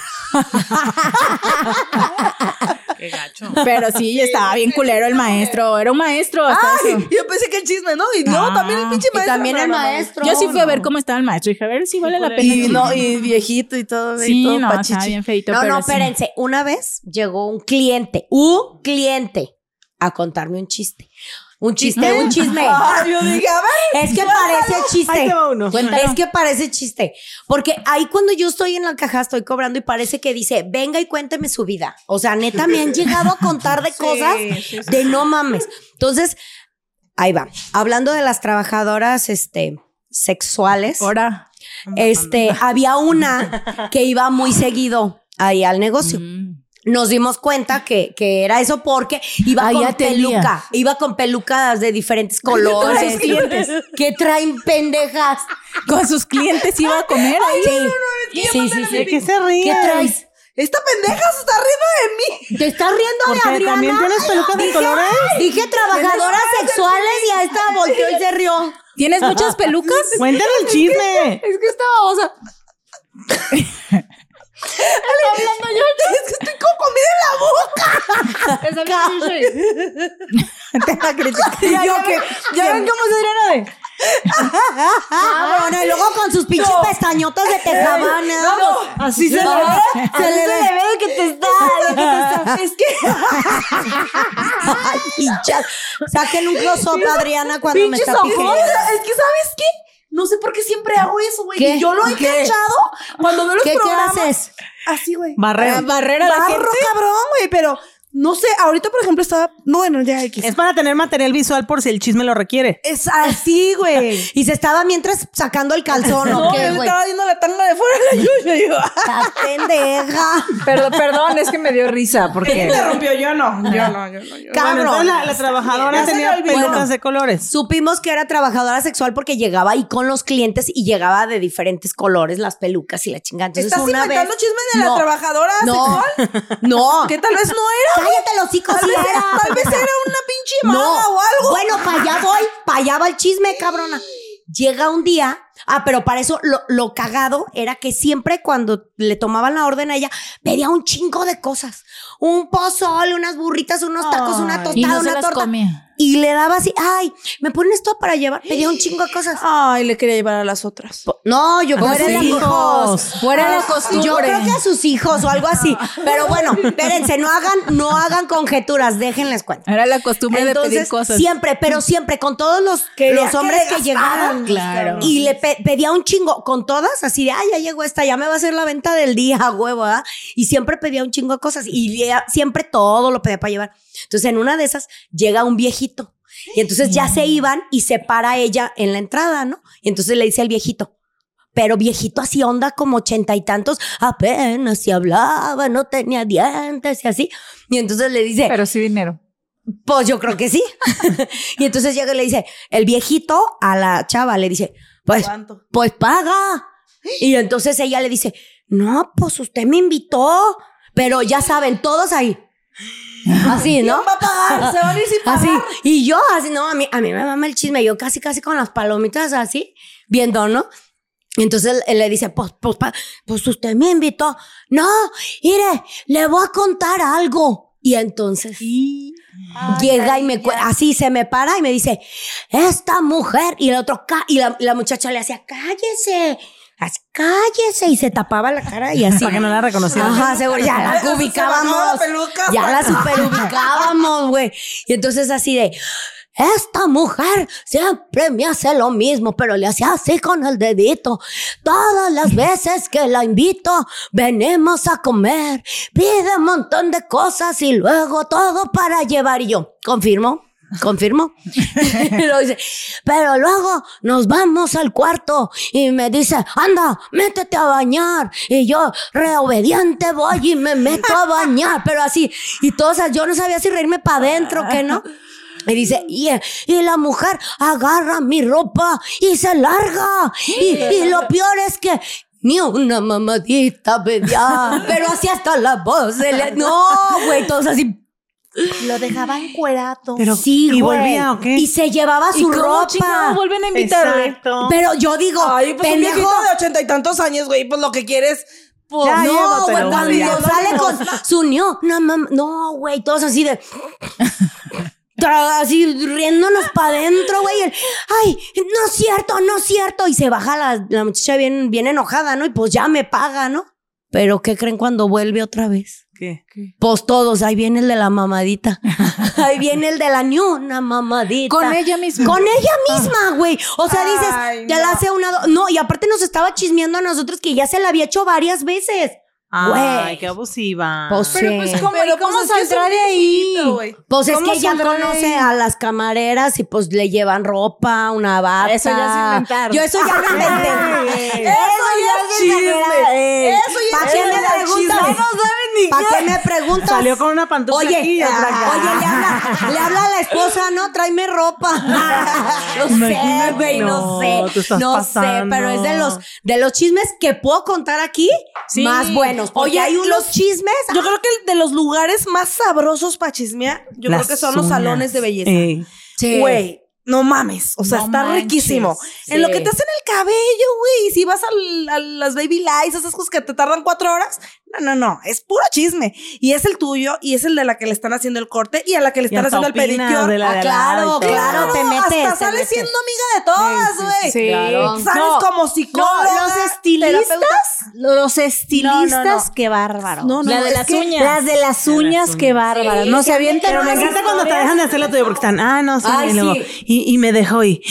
Qué gacho.
Pero sí, estaba bien culero el maestro. Era un maestro.
Ah,
hasta eso.
Ay, yo pensé que el chisme, ¿no? Y no,
Ah,
también el pinche
Y
maestro.
también
no,
el
no, no.
maestro.
Yo sí fui a ver
no.
cómo estaba el maestro. Dije, a ver si vale la pena.
Y no, y viejito y todo, y
Sí,
todo
no,
pachichi.
estaba bien feito.
No,
pero
no,
sí.
espérense. Una vez llegó un cliente, un cliente, a contarme un chiste. Un chiste, un chisme.
Ay, yo dije, a ver,
Es que parece
Ahí
chiste.
te va uno.
Cuéntalo. Es que parece chiste. Porque ahí cuando yo estoy en la caja, estoy cobrando y parece que dice, venga y cuénteme su vida. O sea, neta, me han llegado a contar de cosas de no mames. Entonces, ahí va. Hablando de las trabajadoras, este, sexuales.
Ahora.
Este, había una que iba muy seguido ahí al negocio.
Mm.
Nos dimos cuenta que, que era eso porque iba
Ah,
con
ya tenía.
peluca, iba con pelucas de diferentes colores. que traen pendejas.
Con sus clientes iba a comer ahí.
Sí, sí, sí,
¿De
sí.
qué se ríe?
¿Qué traes?
esta pendeja se está riendo de mí.
¿Te estás riendo de
Porque
Adriana?
también tienes pelucas de
Dije-
colores.
Dije trabajadoras sexuales y a esta volteó y se rió.
¿Tienes muchas pelucas?
Cuéntale el chisme.
Es que estaba babosa. hablando yo.
Es que estoy con comida en la boca.
Y yo que. ¿Ya ven cómo se Adriana de?
Ah, bueno, y luego con sus pinches pestañotas de tejabana.
Así se
No,
ve.
se le ve de que te está, de que te está. Es que. Ay, pincha. Saquen un close-up, Adriana, cuando me
Pinche
está
sofón.
pidiendo.
Es que, ¿sabes qué? No sé por qué siempre hago eso, güey.
¿Qué?
Y Yo lo he
¿Qué?
cachado cuando veo los
¿Qué, ¿Qué
programas.
haces?
Así, güey.
Barrera.
Barrera la
Barro,
gente.
cabrón, güey. Pero no sé, ahorita, por ejemplo, estaba. no, Bueno, ya X.
Es para tener material visual por si el chisme lo requiere.
Es así, güey.
Y se estaba mientras sacando el calzón,
No,
¿o
yo
qué,
le
güey?
estaba yendo la tanga de fuera de la lluvia. y Yo,
Estás pendeja.
Perdón, perdón, es que me dio risa porque
Interrumpió, yo no. Yo no.
Cabrón.
la, la trabajadora
Ya se le
tenía
olvidó.
pelucas de colores.
Supimos que era trabajadora sexual porque llegaba ahí con los clientes y llegaba de diferentes colores, las pelucas y la chingada. Entonces,
¿Estás
una vez-
inventando chismes de la
No,
trabajadora
no,
sexual?
No.
Que tal vez no era. güey.
Cállate los hijos,
Tal
sí
vez,
era.
tal vez era una pinche maga o algo.
Bueno, para allá voy, para allá va el chisme, cabrona. Llega un día, ah, pero para eso lo, lo cagado era que siempre cuando le tomaban la orden a ella, pedía un chingo de cosas. Un pozole, unas burritas, unos tacos, una tostada,
Y no se
una
las
torta.
comía.
Y le daba así, ay, ¿me ponen esto para llevar? Pedía un chingo de cosas.
Ay, le quería llevar a las otras.
No, yo creo
Fuera
que
la
sus hijos. Ah,
costumbre. Fuera la costumbre.
Yo creo que a sus hijos o algo así. Pero bueno, espérense, no hagan, no hagan conjeturas, déjenles cuenta.
Era la costumbre de pedir
Entonces,
cosas.
siempre, pero siempre, con todos los, los hombres que, llegaron.
Claro.
Y le pe- pedía un chingo, con todas, así de, ah, ya llegó esta, ya me va a hacer la venta del día, a huevo, ¿ah? Y siempre pedía un chingo de cosas y ya- siempre todo lo pedía para llevar. Entonces, en una de esas, llega un viejito. Y entonces ya se iban y se para ella en la entrada, ¿no? Y entonces le dice al viejito, pero viejito así onda como ochenta y tantos, apenas se hablaba, no tenía dientes y así. Y entonces le dice,
pero sí dinero.
pues yo creo que sí. y entonces llega y le dice, el viejito a la chava le dice, pues, pues paga. Y entonces ella le dice, no, pues usted me invitó. Pero ya saben, todos ahí. Así, ¿no?
Va a pagar, se van a ir sin pagar.
Así. Y yo, así, no, a mí, a mí me mama el chisme. Yo casi, casi con las palomitas así, viendo, ¿no? Y entonces él- él le dice, pues, pues, pa- pues usted me invitó. No, mire, le voy a contar algo. Y entonces llega y me cue- así se me para y me dice, esta mujer. Y el otro, ca- y la, la muchacha le hacía, cállese, así, cállese. Y se tapaba la cara y así.
Para que no la reconocieran.
Ajá, seguro, ya la ubicábamos. Ya la superubicábamos, güey. Y entonces así de, esta mujer siempre me hace lo mismo, pero le hacía así con el dedito. Todas las veces que la invito, venimos a comer, pide un montón de cosas y luego todo para llevar. Y yo, confirmo. Confirmo. Y luego dice, pero luego nos vamos al cuarto y me dice, anda, métete a bañar. Y yo, reobediente, voy y me meto a bañar, pero así. Y todas, yo no sabía si reírme para adentro, que no. Y dice, y, y la mujer agarra mi ropa y se larga. Y, y lo peor es que ni una mamadita pedía. Pero así hasta la voz. se le- No, güey, todos así.
Lo dejaba encuerato.
Pero,
sí,
¿y
güey.
volvía o qué?
Y se llevaba
¿Y
su
cómo
ropa.
chingado vuelven a invitarle?
Exacto.
Pero yo digo,
Ay, pues un
pendejo.
viejito de ochenta y tantos años, güey, pues lo que quieres. Pues,
Ya,
No,
llévatelo,
güey,
güey, ya.
cuando sale con su niño, no, mam- no, güey, todos así de... tra- Así riéndonos para adentro, güey. el, Ay, no es cierto, no es cierto. Y se baja la, la muchacha bien, bien enojada, ¿no? Y pues ya me paga, ¿no? Pero ¿qué creen cuando vuelve otra vez?
¿Qué?
Pues todos, ahí viene el de la mamadita. Ahí viene el de la ni una mamadita.
Con ella misma.
Con ella misma, güey. O sea, dices,
Ay,
ya la hace una. do- No, y aparte nos estaba chismeando a nosotros que ya se la había hecho varias veces.
Ay,
Güey. Pues,
qué abusiva.
Ah.
sí.
pues,
Pero pues, ¿cómo saldrá de ahí?
Pues es
¿Cómo
que ya
saldrá de
conoce
ahí?
a las camareras y pues le llevan ropa, una bata.
Eso ya se inventaron.
Yo eso ya lo inventé.
Eso ya es chisme. Eso ya
¿Para
es chisme.
qué me preguntas?
No nos ni
¿Para qué me preguntas?
Salió con una pantufla
Oye,
aquí y otra acá.
ah, oye, le habla, le habla a la esposa, no, tráeme ropa. No sé,
Imagínate,
güey, no,
no, te
sé.
estás
No sé,
pasando.
pero es de los, de los chismes que puedo contar aquí
Sí.
más buenos. Oye,
Oye,
hay unos
los-
chismes.
Yo creo que el de los lugares más sabrosos para chismear, yo
Las
creo que son los
uñas.
salones de belleza.
Ey.
Güey, no mames. O sea,
No
está
manches,
riquísimo.
sí.
En lo que te hacen el cabello, güey. y Si vas al- a las baby lights, esas cosas que te tardan cuatro horas. No, no, no. Es puro chisme. Y es el tuyo, y es el de la que le están haciendo el corte, y a la que le
Y
están
hasta
haciendo el
opinas
pedicure.
de la
Ah,
de al
Claro,
lado y todo.
claro, te metes.
Hasta
te
sale
metes.
siendo amiga de todas,
Sí, sí,
güey.
Sí.
Claro.
Sales
No,
como psicóloga.
No, los estilistas,
terapeuta.
los estilistas,
No, no, no.
qué bárbaro.
No, no,
pues, La
no,
de
es
las
que-
uñas.
Las de las uñas, qué bárbaro. No se avientan.
Pero me
unas
encanta cuando te
historias.
dejan de hacer lo tuyo porque están, ah, no, sí,
Ay,
y luego,
sí.
y, y me dejó y,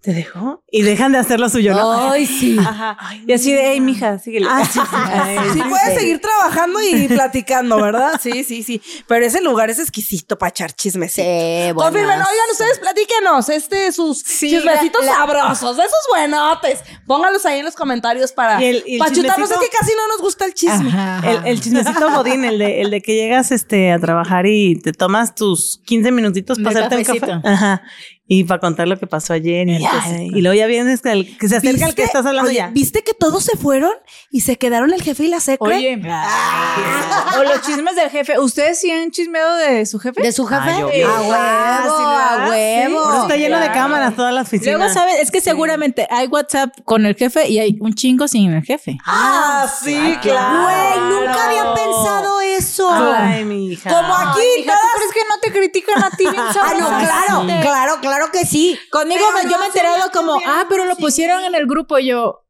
¿te dejó? Y dejan de hacer lo suyo, ¿no?
Ay, sí.
Ajá. Y así de, hey, mija, síguele.
Ah,
Ay,
Sí, puedes seguir trabajando y platicando, ¿verdad? Sí, sí, sí. Pero ese lugar es exquisito para echar chismecito.
Sí, buenas.
Confirmen, oigan, ustedes platíquenos este, sus chismecitos sabrosos, de esos buenotes. Pónganlos ahí en los comentarios para,
Y el- y el
para chutarnos. Es
chismecito-
que casi no nos gusta el chisme.
El, el chismecito godín, el de, el de que llegas este, a trabajar y te tomas tus 15 minutitos para
De
hacerte un café.
cafecito.
Ajá. Y para contar lo que pasó ayer. Y, ay, y luego ya vienes con el que se acerca al que estás hablando
oye,
ya.
¿Viste que todos se fueron y se quedaron el jefe y la secre?
Oye.
O los chismes del jefe. ¿Ustedes sí han chismeado de su jefe?
¿De su jefe?
Ah, yo-
a huevo,
Ah,
a huevo.
Por eso está lleno de cámaras toda la oficina.
Luego, ¿sabes? Es que seguramente hay WhatsApp con el jefe y hay un chingo sin el jefe.
Ah, sí,
Güey,
claro. Ah,
nunca había pensado eso.
Ay, mi hija.
Como aquí
Hija, ¿tú crees que no te critican a ti bien
Ah, no, claro, claro, claro que sí.
Conmigo me- yo me he enterado como, ah, pero lo pusieron en el grupo y yo.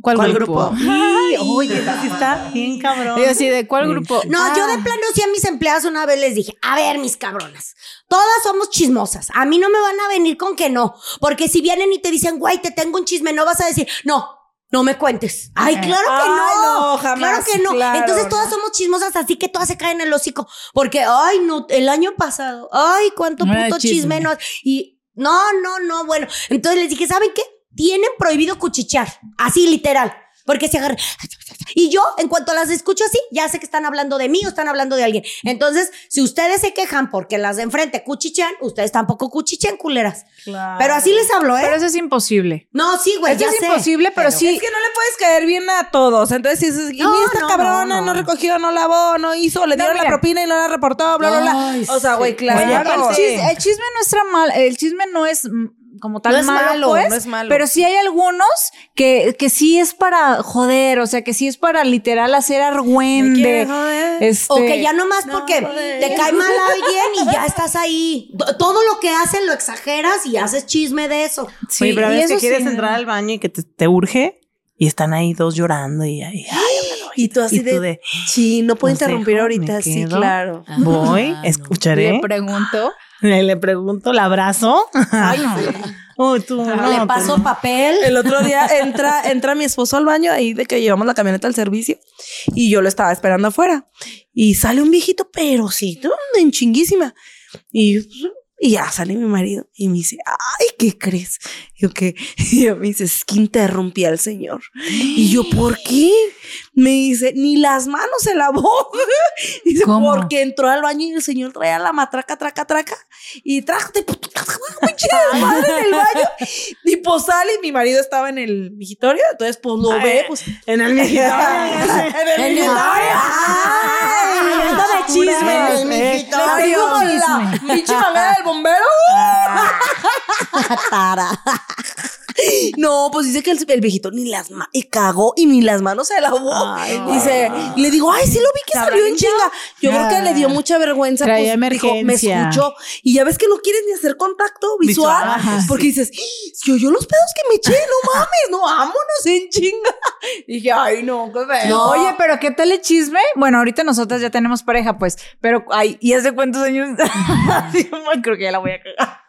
¿Cuál, grupo?
Ay, oye, eso sí está bien cabrón. ¿eh?
Y yo así, ¿de cuál grupo?
No, yo de plano sí a mis empleadas una vez les dije, a ver, mis cabronas, todas somos chismosas. A mí no me van a venir con que no. Porque si vienen y te dicen, güey, te tengo un chisme, no vas a decir, no, no me cuentes. Ay, claro que
Ay,
no.
no, jamás,
Claro que no.
claro,
Entonces todas somos chismosas, así que todas se caen en el hocico. Porque, ay, no, el año pasado, ay, cuánto
No era
puto
chisme.
chisme. no- y no, no, no, bueno. Entonces les dije, ¿saben qué? Tienen prohibido cuchichear. Así, literal. Porque se agarran. Y yo, en cuanto las escucho así, ya sé que están hablando de mí o están hablando de alguien. Entonces, si ustedes se quejan porque las de enfrente cuchichean, ustedes tampoco cuchichean, culeras. Pero así les hablo, ¿eh?
Pero eso es imposible.
no, sí, güey,
Eso
ya
es
sé.
imposible, pero, sí.
Es que no le puedes caer bien a todos. Entonces, si dices, y mira, esta
no,
cabrona
no,
no,
no.
recogió, no lavó, no hizo, le dieron
mira.
la propina y no la reportó, bla, bla, bla.
Ay,
o sea, güey,
Oye,
claro. eh,
el, chis- el chisme no está mal, el chisme no es mm, como tal
No es
malo,
malo,
pues,
no es malo.
pero sí hay algunos que, que sí es para joder, o sea, que sí es para literal hacer argüende.
eh,
Este,
O que ya nomás porque te cae mal alguien y ya estás ahí. T- Todo lo que hacen lo exageras y haces chisme de eso.
sí,
Oye, pero a
y
veces que
eso
quieres
sí.
entrar al baño y que te, te urge y están ahí dos llorando y ahí. ay,
Y tú así
y tú
de,
de,
sí, no puedo
no sé,
interrumpir
hijo,
ahorita,
me
sí,
quedo.
claro.
voy,
Ah, no.
escucharé.
Le pregunto.
Le, le pregunto, la abrazo. Ay, no. Uy, tú, no,
Le
tú
paso
no.
papel.
El otro día entra, entra mi esposo al baño ahí de que llevamos la camioneta al servicio y yo lo estaba esperando afuera. Y sale un viejito, pero sí, tú, en chinguísima. Y, yo, y ya sale mi marido y me dice, ay, ¿qué crees? Y yo, ¿qué? Y yo, me dice, es que interrumpí al señor. Y yo, ¿por qué? Me dice, ni las manos se lavó. Dice,
¿Cómo?
porque entró al baño y el señor traía la matraca, traca, traca. y trajo de pinche madre en el baño. Y pues sale y mi marido estaba en el migitorio, entonces pues lo
Ay,
ve, pues.
En el migitorio. en el migitorio.
Anda de chisme
Eh,
en el migitorio. como la pinche mamá del bombero. No, pues dice que el, el viejito ni las manos, y cagó y ni las manos se lavó. dice, y le digo, ay, sí lo vi que salió en chinga. Yo creo que le dio mucha vergüenza. pues,
Traía
dijo,
emergencia.
me escuchó. Y ya ves que no quieres ni hacer contacto visual.
Visual, ajá,
porque dices, yo, yo los pedos que me eché, no mames, no, vámonos en chinga. Y dije, ay, no, qué feo.
No, oye, pero ¿qué tal el chisme? Bueno, ahorita nosotras ya tenemos pareja, pues, pero, ay, ¿y hace cuántos años? Sí, bueno, Creo que ya la voy a cagar.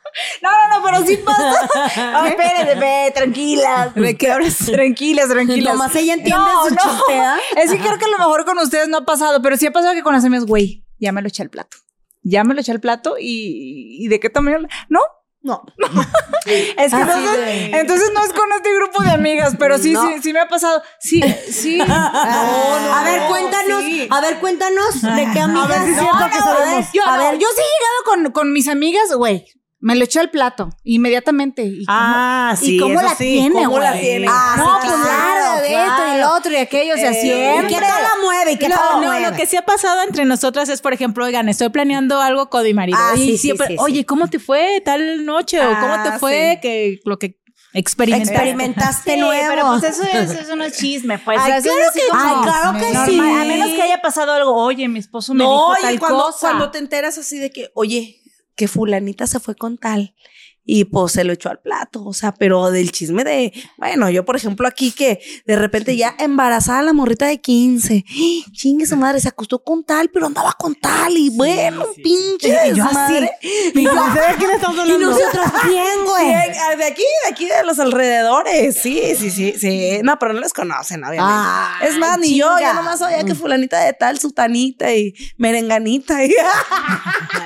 No, no, pues, no, pero sí pasa. Ay, espérense, ve, tranquilas. ¿De qué hablas? Tranquilas, tranquilas.
Nomás ella entiende su chiste, ¿ah?
Es que creo que a lo mejor con ustedes no ha pasado, pero sí ha pasado que con las amigas, güey, ya me lo eché al plato. Ya me lo eché al plato y, y ¿de qué tamaño? No,
No.
es que entonces, entonces no es con este grupo de amigas, pero sí, sí, sí me ha pasado. Sí, sí.
a ver, cuéntanos,
sí.
a ver, cuéntanos de qué amigas. No, no, a ver,
Yo,
a
no,
ver,
yo sí he llegado con, con mis amigas, güey. Me lo echó al plato inmediatamente. ¿Y cómo-
Ah, sí,
¿Y cómo
eso
la
sí,
tiene,
¿cómo la
güey?
tiene?
Ah, no,
sí,
pues
claro,
claro, de esto y el otro y aquello. O
Eh,
sea,
¿Y
siempre.
qué tal la mueve? ¿Y qué tal la
No, no,
mueve?
lo que sí ha pasado entre nosotras es, por ejemplo, oigan, estoy planeando algo con mi marido.
Ah,
y
sí, sí,
siempre,
sí, sí.
oye, ¿cómo te fue tal noche? ¿O cómo te
Ah,
fue
sí.
que lo que experimentaste?
Experimentaste
Sí,
nuevo.
Pero pues eso, es- eso no es chisme, pues.
Ay,
Eso es
claro
así
que
como-
Ay, claro que
normal,
sí.
A menos que haya pasado algo, oye, mi esposo me
No,
dijo
y
tal
cuando,
cosa.
cuando te enteras así de que, oye, que fulanita se fue con tal. Y pues se lo echó al plato, o sea, pero del chisme de, bueno, yo por ejemplo aquí que de repente ya embarazada la morrita de 15, ¡ay! chingue su madre, se acostó con tal, pero andaba con tal y bueno, pinche desmadre.
Ni sé de quién estamos
Y
hablando.
nosotros, ¿quién, güey? ah, De aquí, de aquí, de los alrededores. Sí, sí, sí, sí. No, pero no les conocen, obviamente. es más, ni yo, yo nomás sabía que fulanita de tal, sutanita y merenganita. Y,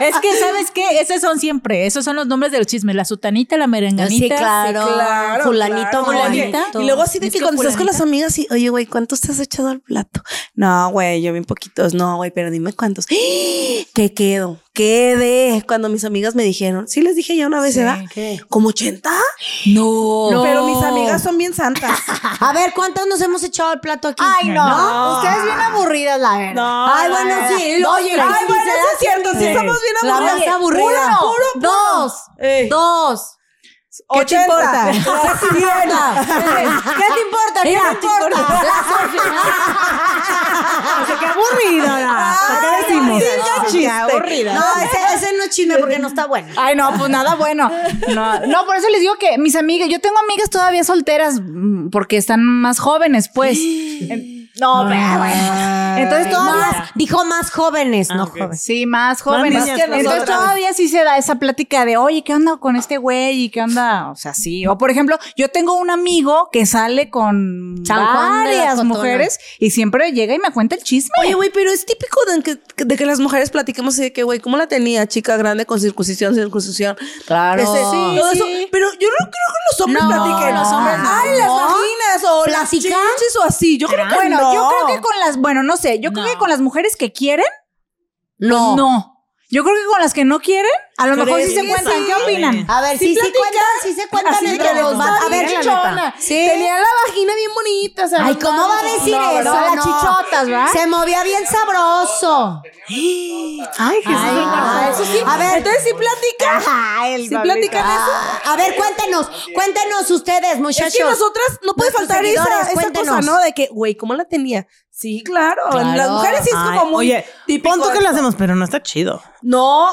Es que, ¿sabes qué? Esos son siempre, esos son los nombres de los chismes. La sutanita, la merenganita.
Sí, claro.
Claro,
fulanito,
claro.
fulanita.
Oye, Y luego así de
Es
que
que
cuando estás con
fulanita.
las amigas y, oye, güey, ¿cuántos te has echado al plato? No, güey, yo bien poquitos. No, güey, pero dime cuántos. ¿Qué quedo? Quedé. Cuando mis amigas me dijeron, sí les dije ya una vez, ¿verdad? ¿Como 80?
No.
Pero mis amigas son bien santas.
A ver, ¿cuántas nos hemos echado al plato aquí?
Ay, no. Ustedes bien aburridas, la verdad.
No,
Ay, bueno,
no,
sí. lo-
Oye,
la-
ay, bueno,
sí se
eso
da
es cierto, sí
siempre.
somos bien
La
aburridas.
más aburrida.
Puro, puro, puro.
Dos.
Ey.
Dos.
¿Qué te importa?
¿Qué te importa? ¿Qué te importa? ¿Qué te importa? La Sofía.
qué aburrida. la- ¿Para qué decimos?
aburrida.
No, Ah, ese, ese no es chisme porque no está bueno.
Ay, no, pues nada bueno. No, no, por eso les digo que mis amigas, yo tengo amigas todavía solteras mm, porque están más jóvenes, pues. En- No,
Ah,
pero bueno. Entonces todavía.
Más, dijo más jóvenes, no jóvenes.
Sí, más jóvenes.
niñas, pues,
Entonces
otras.
todavía sí se da esa plática de, oye, ¿qué onda con este güey? ¿Y qué onda? O sea, sí. O por ejemplo, yo tengo un amigo que sale con
San Juan de la
varias
Cotona.
mujeres y siempre llega y me cuenta el chisme.
Oye, güey, pero es típico de que, de que las mujeres platiquemos así de que, güey, ¿cómo la tenía? Chica grande con circuncisión, circuncisión.
Claro.
Ese, todo eso. Pero yo no creo que los hombres
No,
platiquen.
los hombres no.
Ah,
Ay, las vaginas o las
¿Platican?
chichis o así. Yo creo que
bueno,
no.
yo creo que con las, bueno, no sé, yo creo que con las mujeres que quieren,
No.
no. Yo creo que con las que no quieren, a lo mejor sí se
que
cuentan.
sí?
¿Qué opinan?
A ver, sí, sí, cuentan, sí se cuentan
Así de
entre
que
los
les
vatos.
va
A ver,
bien, la
chichona.
neta.
Tenía la vagina bien bonita. Ay, ¿cómo va a decir
No,
eso?
¿verdad? Las chichotas, ¿verdad?
Se movía bien sabroso.
Ay, Jesús.
Ay,
Ay,
eso sí. A ver, entonces sí platican.
el
sí platican eso. Ah, A ver, cuéntenos, cuéntenos ustedes, muchachos.
Es que nosotras no puede
Nuestros
faltar esa,
seguidores,
esa cosa,
cuéntenos.
¿no? De que, güey, ¿cómo la tenía? Sí, claro. Las mujeres sí es como muy.
Oye,
típico
pon tú que
eso.
lo hacemos, pero no está chido.
No,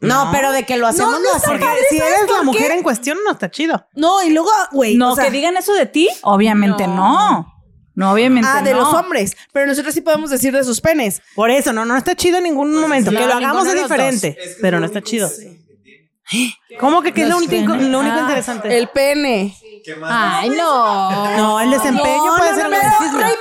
no, pero de que lo hacemos,
no
lo
está
hacemos.
Porque si eres la mujer en cuestión, no está chido.
no, y luego, güey.
No,
o sea,
que digan eso de ti, obviamente no. No, obviamente
Ah, de
no.
los hombres. Pero nosotros sí podemos decir de sus penes.
Por eso, no, no está chido en ningún momento.
claro,
que lo hagamos
ninguno
es
de los
diferente,
Es que
pero no
es lo
está
único
chido.
interesante.
¿Cómo que, qué es lo único, lo único
Ah,
interesante?
El pene.
¿Qué más?
Ah.
Ay, no.
no, el desempeño puede ser un chisme.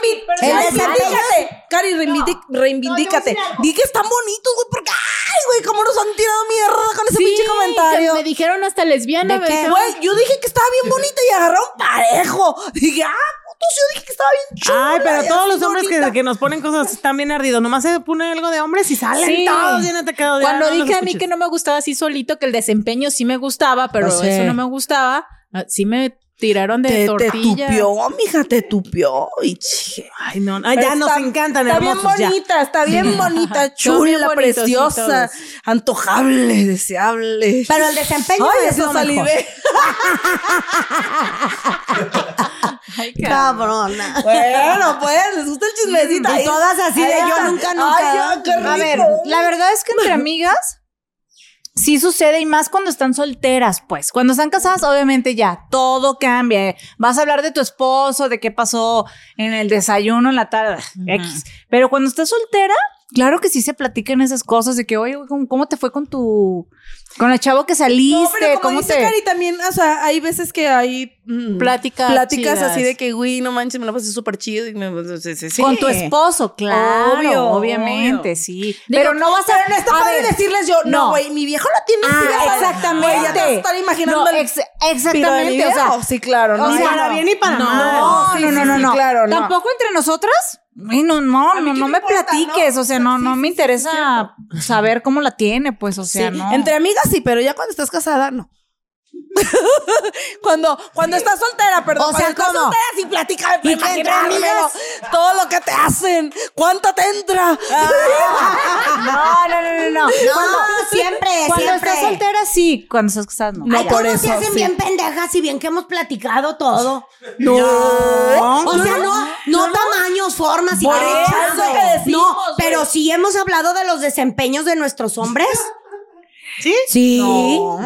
El
Cari,
desempeño.
reivindícate. Cari, reivindi- reivindícate. Di que están bonitos, güey, porque, ay, güey, cómo nos han tirado mierda con ese pinche comentario.
que Me dijeron hasta lesbiana.
¿De
me
qué?
dijeron-
Güey, yo dije que estaba bien bonita y agarraron parejo. Dije, ah, puto puso? Yo dije que estaba bien chula.
Ay, pero
y
todos
así
los hombres que,
bonita.
que nos ponen cosas están bien ardidos. Nomás se pone algo de hombres y salen
Sí.
todos bien atacados. Ya
Cuando
no los
dije a mí
escuches.
que no me gustaba así solito, que el desempeño sí me gustaba, pero
Lo sé.
eso no me gustaba, ah, sí me tiraron de
Te, te
tortilla.
tupió, mija, te tupió. Y chije.
Ay, no. Ay, ya
Pero
nos
está-
encantan,
Está bien
hermosos. ya.
bonita, está bien bonita,
Todos bien
chula,
bonitos,
preciosa, antojable, deseable.
Pero el desempeño
Ay,
es
hasta
lo mejor.
salivé.
Ay, cabrón.
Cabrona.
Bueno, pues, les gusta el chismecito.
Y
Ahí-
todas así de
ahí
yo
está.
nunca, nunca.
Ay, yo, ah, qué rico.
A ver, la verdad es que entre amigas sí sucede y más cuando están solteras, pues. Cuando están casadas, obviamente ya todo cambia. eh. Vas a hablar de tu esposo, de qué pasó en el desayuno en la tarde, X. Pero cuando estás soltera, claro que sí se platican esas cosas de que, oye, güey, ¿cómo, cómo te fue con tu con el chavo que saliste?
No, pero como
¿Cómo
dice
te
Cari, también, o sea, hay veces que hay mm,
Pláticas
pláticas
chidas.
así de que, güey, no manches, me la pasé súper chido. Y me, pues, sí, sí, sí.
con tu esposo, claro,
Obvio,
obviamente,
obvio.
sí.
Digo,
pero no vas a
Pero no está
a
padre
ver,
decirles yo, no,
no.
güey, mi viejo lo tiene.
Ah,
así,
exactamente.
güey, ya te vas a estar imaginando
No,
el
ex-
piro de mi
exactamente, o sea,
viejo. sí, claro, no.
o
Ni
sea,
para
no.
bien ni para
No,
mal.
no,
Sí,
no,
sí,
no,
sí,
no.
claro, no.
Tampoco entre nosotras. Ay, no, no, no,
qué
no
me
me
importa,
platiques.
¿no?
O sea, no,
Sí,
no
sí,
me
sí,
interesa saber cómo la tiene, pues, o sea,
Sí,
no.
Entre amigas sí, pero ya cuando estás casada, no. cuando cuando estás soltera, perdón.
O sea,
cuando estás
¿cómo?
soltera sí platica
Y que entre amigas.
todo lo que te hacen, cuánto te entra.
No, no, no, no, no.
No, siempre,
Cuando
siempre.
estás soltera, sí. Cuando estás casada, no.
Ay,
No,
¿cómo
por
se
eso,
hacen
sí.
bien pendejas y bien que hemos platicado todo?
no. Oh,
O sea, no, no, tamaños, formas y
Por
cosas,
eso
güey.
que decimos,
No, pero sí hemos hablado de los desempeños de nuestros hombres.
¿Sí?
Sí.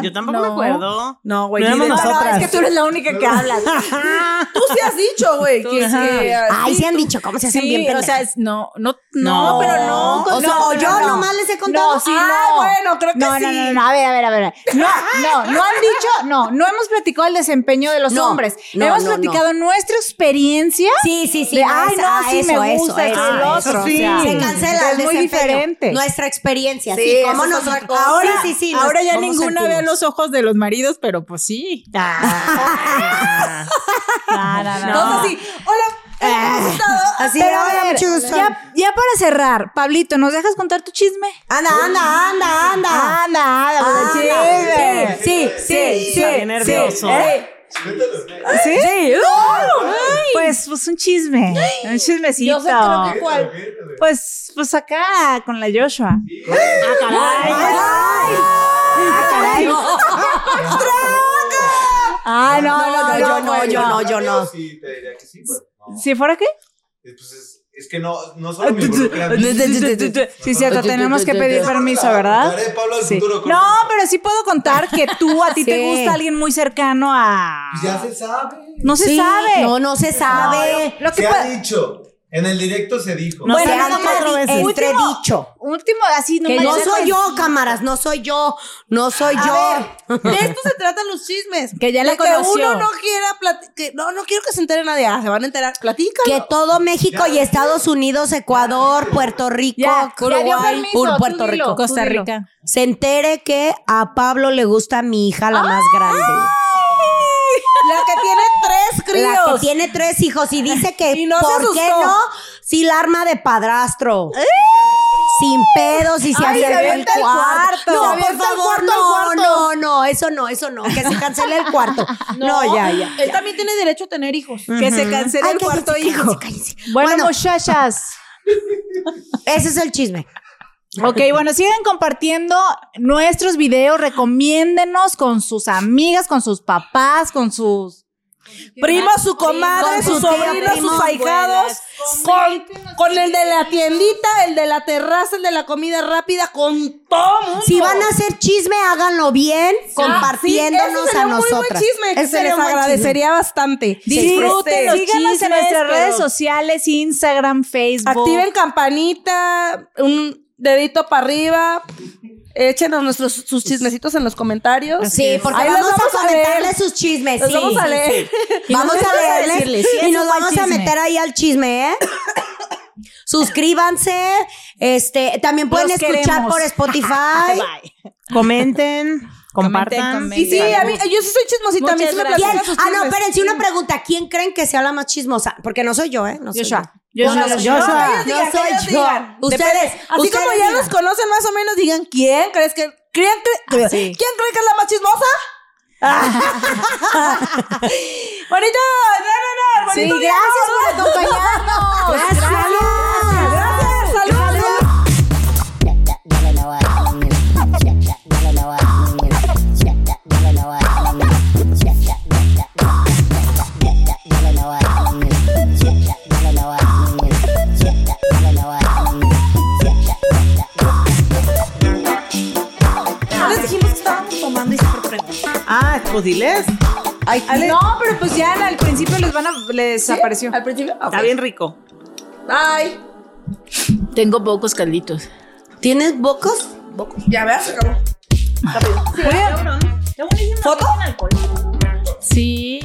Yo tampoco me acuerdo.
No, güey,
No
ni de
éramos
nosotras.
Es
nosotras.
que tú eres la única que hablas.
Tú sí has dicho, güey, que, que-
Ay, se han dicho cómo se hacen bien
Sí, o
pendejas.
sea, es- no, no,
No.
no, pero
no,
O sea, o yo nomás les he contado.
No, sí,
Ah,
no.
bueno, creo que
no, No,
sí.
no, no, a ver, a ver, a ver. No, no, no han dicho, no, no hemos platicado el desempeño de los
No,
hombres.
no,
hemos
no,
platicado nuestra experiencia.
Sí, sí, sí.
De,
no,
ay,
es-
no,
ah,
sí
eso,
me
eso,
gusta,
eso,
esto, lo
ah,
otro.
eso.
o
sí.
sea,
Se cancela
es
el
muy
desempeño.
diferente.
Nuestra experiencia. Sí,
Sí,
cómo
eso es
nos.
otra cosa.
Ahora sí, sí. nos-
Ahora ya
cómo
ninguna ve
sentimos.
los ojos de los maridos, pero pues sí.
Ah. No, no, no.
Todos así, hola,
Así,
Pero
a ver, mucho gusto.
ya, ya para cerrar, Pablito, ¿nos dejas contar tu chisme?
Anda, anda, anda, anda.
Anda, anda,
Ah,
pues, el chisme.
Sí, sí, sí.
Está bien nervioso.
¿eh? ¿Sí? Pues, pues un chisme. Un chismecito.
¿Cuál?
Pues, pues acá con la Joshua. Ah, no, no, no,
yo no,
güey,
yo no, yo no.
Sí, te diría que sí, pero no.
¿Si fuera qué?
Eh, pues es, es que no, no solo me involucra a mí.
Sí, cierto, tenemos que pedir permiso,
La
¿verdad?
tarea de Pablo del
Sí.
futuro.
No,
corta.
pero sí puedo contar que tú, a ti te
Sí.
gusta alguien muy cercano a...
Pues ya se sabe.
No se
Sí,
sabe.
No, no se sabe.
Lo que
se
pa-
ha dicho. En el directo se dijo.
No
Bueno,
sé,
nada más
cuatro
di-
veces.
entredicho.
Último, así no
Que
me
no
des-
soy yo, cámaras, no soy yo, no soy yo.
De esto se tratan los chismes.
Que ya la
De
conoció.
Que uno no quiera plati- que No, no quiero que se entere nadie. Ah, se van a enterar. Platícalo.
Que todo México y Estados Unidos, Ecuador, Puerto Rico,
Ya, ya dio
Uruguay,
permiso,
Ur-
tú
Puerto
dilo,
Rico,
tú
Costa
dilo.
Rica.
se entere que a Pablo le gusta mi hija, la más grande.
La que tiene tres
La que
críos.
tiene tres hijos y dice que
Y no se
¿por
asustó.
qué
¡Eh!
no? Si la arma de padrastro. Sin pedos y se
Ay, se
avienta el
avienta el cuarto.
cuarto.
Se
No,
avienta el
por favor,
cuarto al
no,
cuarto.
no, no, eso no, eso no, que se cancele el cuarto. No, ya, ya.
Él también tiene derecho a tener hijos.
Que se cancele
Ay,
el
cállense,
cuarto
cállense,
hijo.
cállense.
Bueno,
Bueno.
muchachas.
Ese es el chisme.
Ok, bueno, sigan compartiendo nuestros videos. Recomiéndenos con sus amigas, con sus papás, con sus.
Prima, su comadre,
Con su
sus
tía,
sobrinos,
primo,
sus ahijados. Con, con el de la tiendita, el de la terraza, el de la comida rápida, con todo mundo.
Si van a hacer chisme, háganlo bien,
Ah, Sí,
compartiéndonos
ese sería
a
un muy
nosotras.
buen chisme que
Ese
se
sería
les
un buen chisme.
agradecería bastante.
Disfruten
Este,
los síganos en nuestras redes sociales: Instagram, Facebook.
Activen campanita, un dedito para arriba. Échenos nuestros sus chismecitos en los comentarios.
Sí, porque
Ahí los
vamos,
vamos
a
a leer.
comentarles sus chismes.
Los
sí.
vamos a leer.
Y Vamos
nos
a
vamos a
leerles
decirles, sí,
y
es
nos
un buen
vamos a
chisme.
meter ahí al chisme, ¿eh? Suscríbanse, este, también pueden
Los
escuchar
queremos.
por Spotify.
Comenten. Compartan.
Y sí, a mí, yo sí soy chismosita. a mí
Muchas
sí me
gracias.
platican sus
Ah, no,
chismes.
espérense, una pregunta. ¿Quién creen que sea la más chismosa? Porque no soy yo, ¿eh? No soy
Joshua.
Yo,
Joshua.
No, soy yo.
Joshua.
No
Digan, que ellos
soy yo.
digan.
Ustedes.
Depende. Así como
ustedes
ya
digan.
los conocen más o menos, digan quién crees que. ¿Quién,
Ah,
cre- ¿Quién cree que es la más chismosa? Bonito, no, no, no.
Sí,
bonito día,
gracias
no,
por
no.
acompañarnos.
Gracias, saludos. Les dijimos que estábamos tomando y se sorprendieron.
Ah, pues diles.
Ay,
No, pero pues ya al principio les van a, les apareció.
Al principio. ok.
Está bien rico.
Bye.
Tengo pocos calditos.
¿Tienes bocos?
Ya veas, se acabó.
Rápido.
¿Foto?
Sí.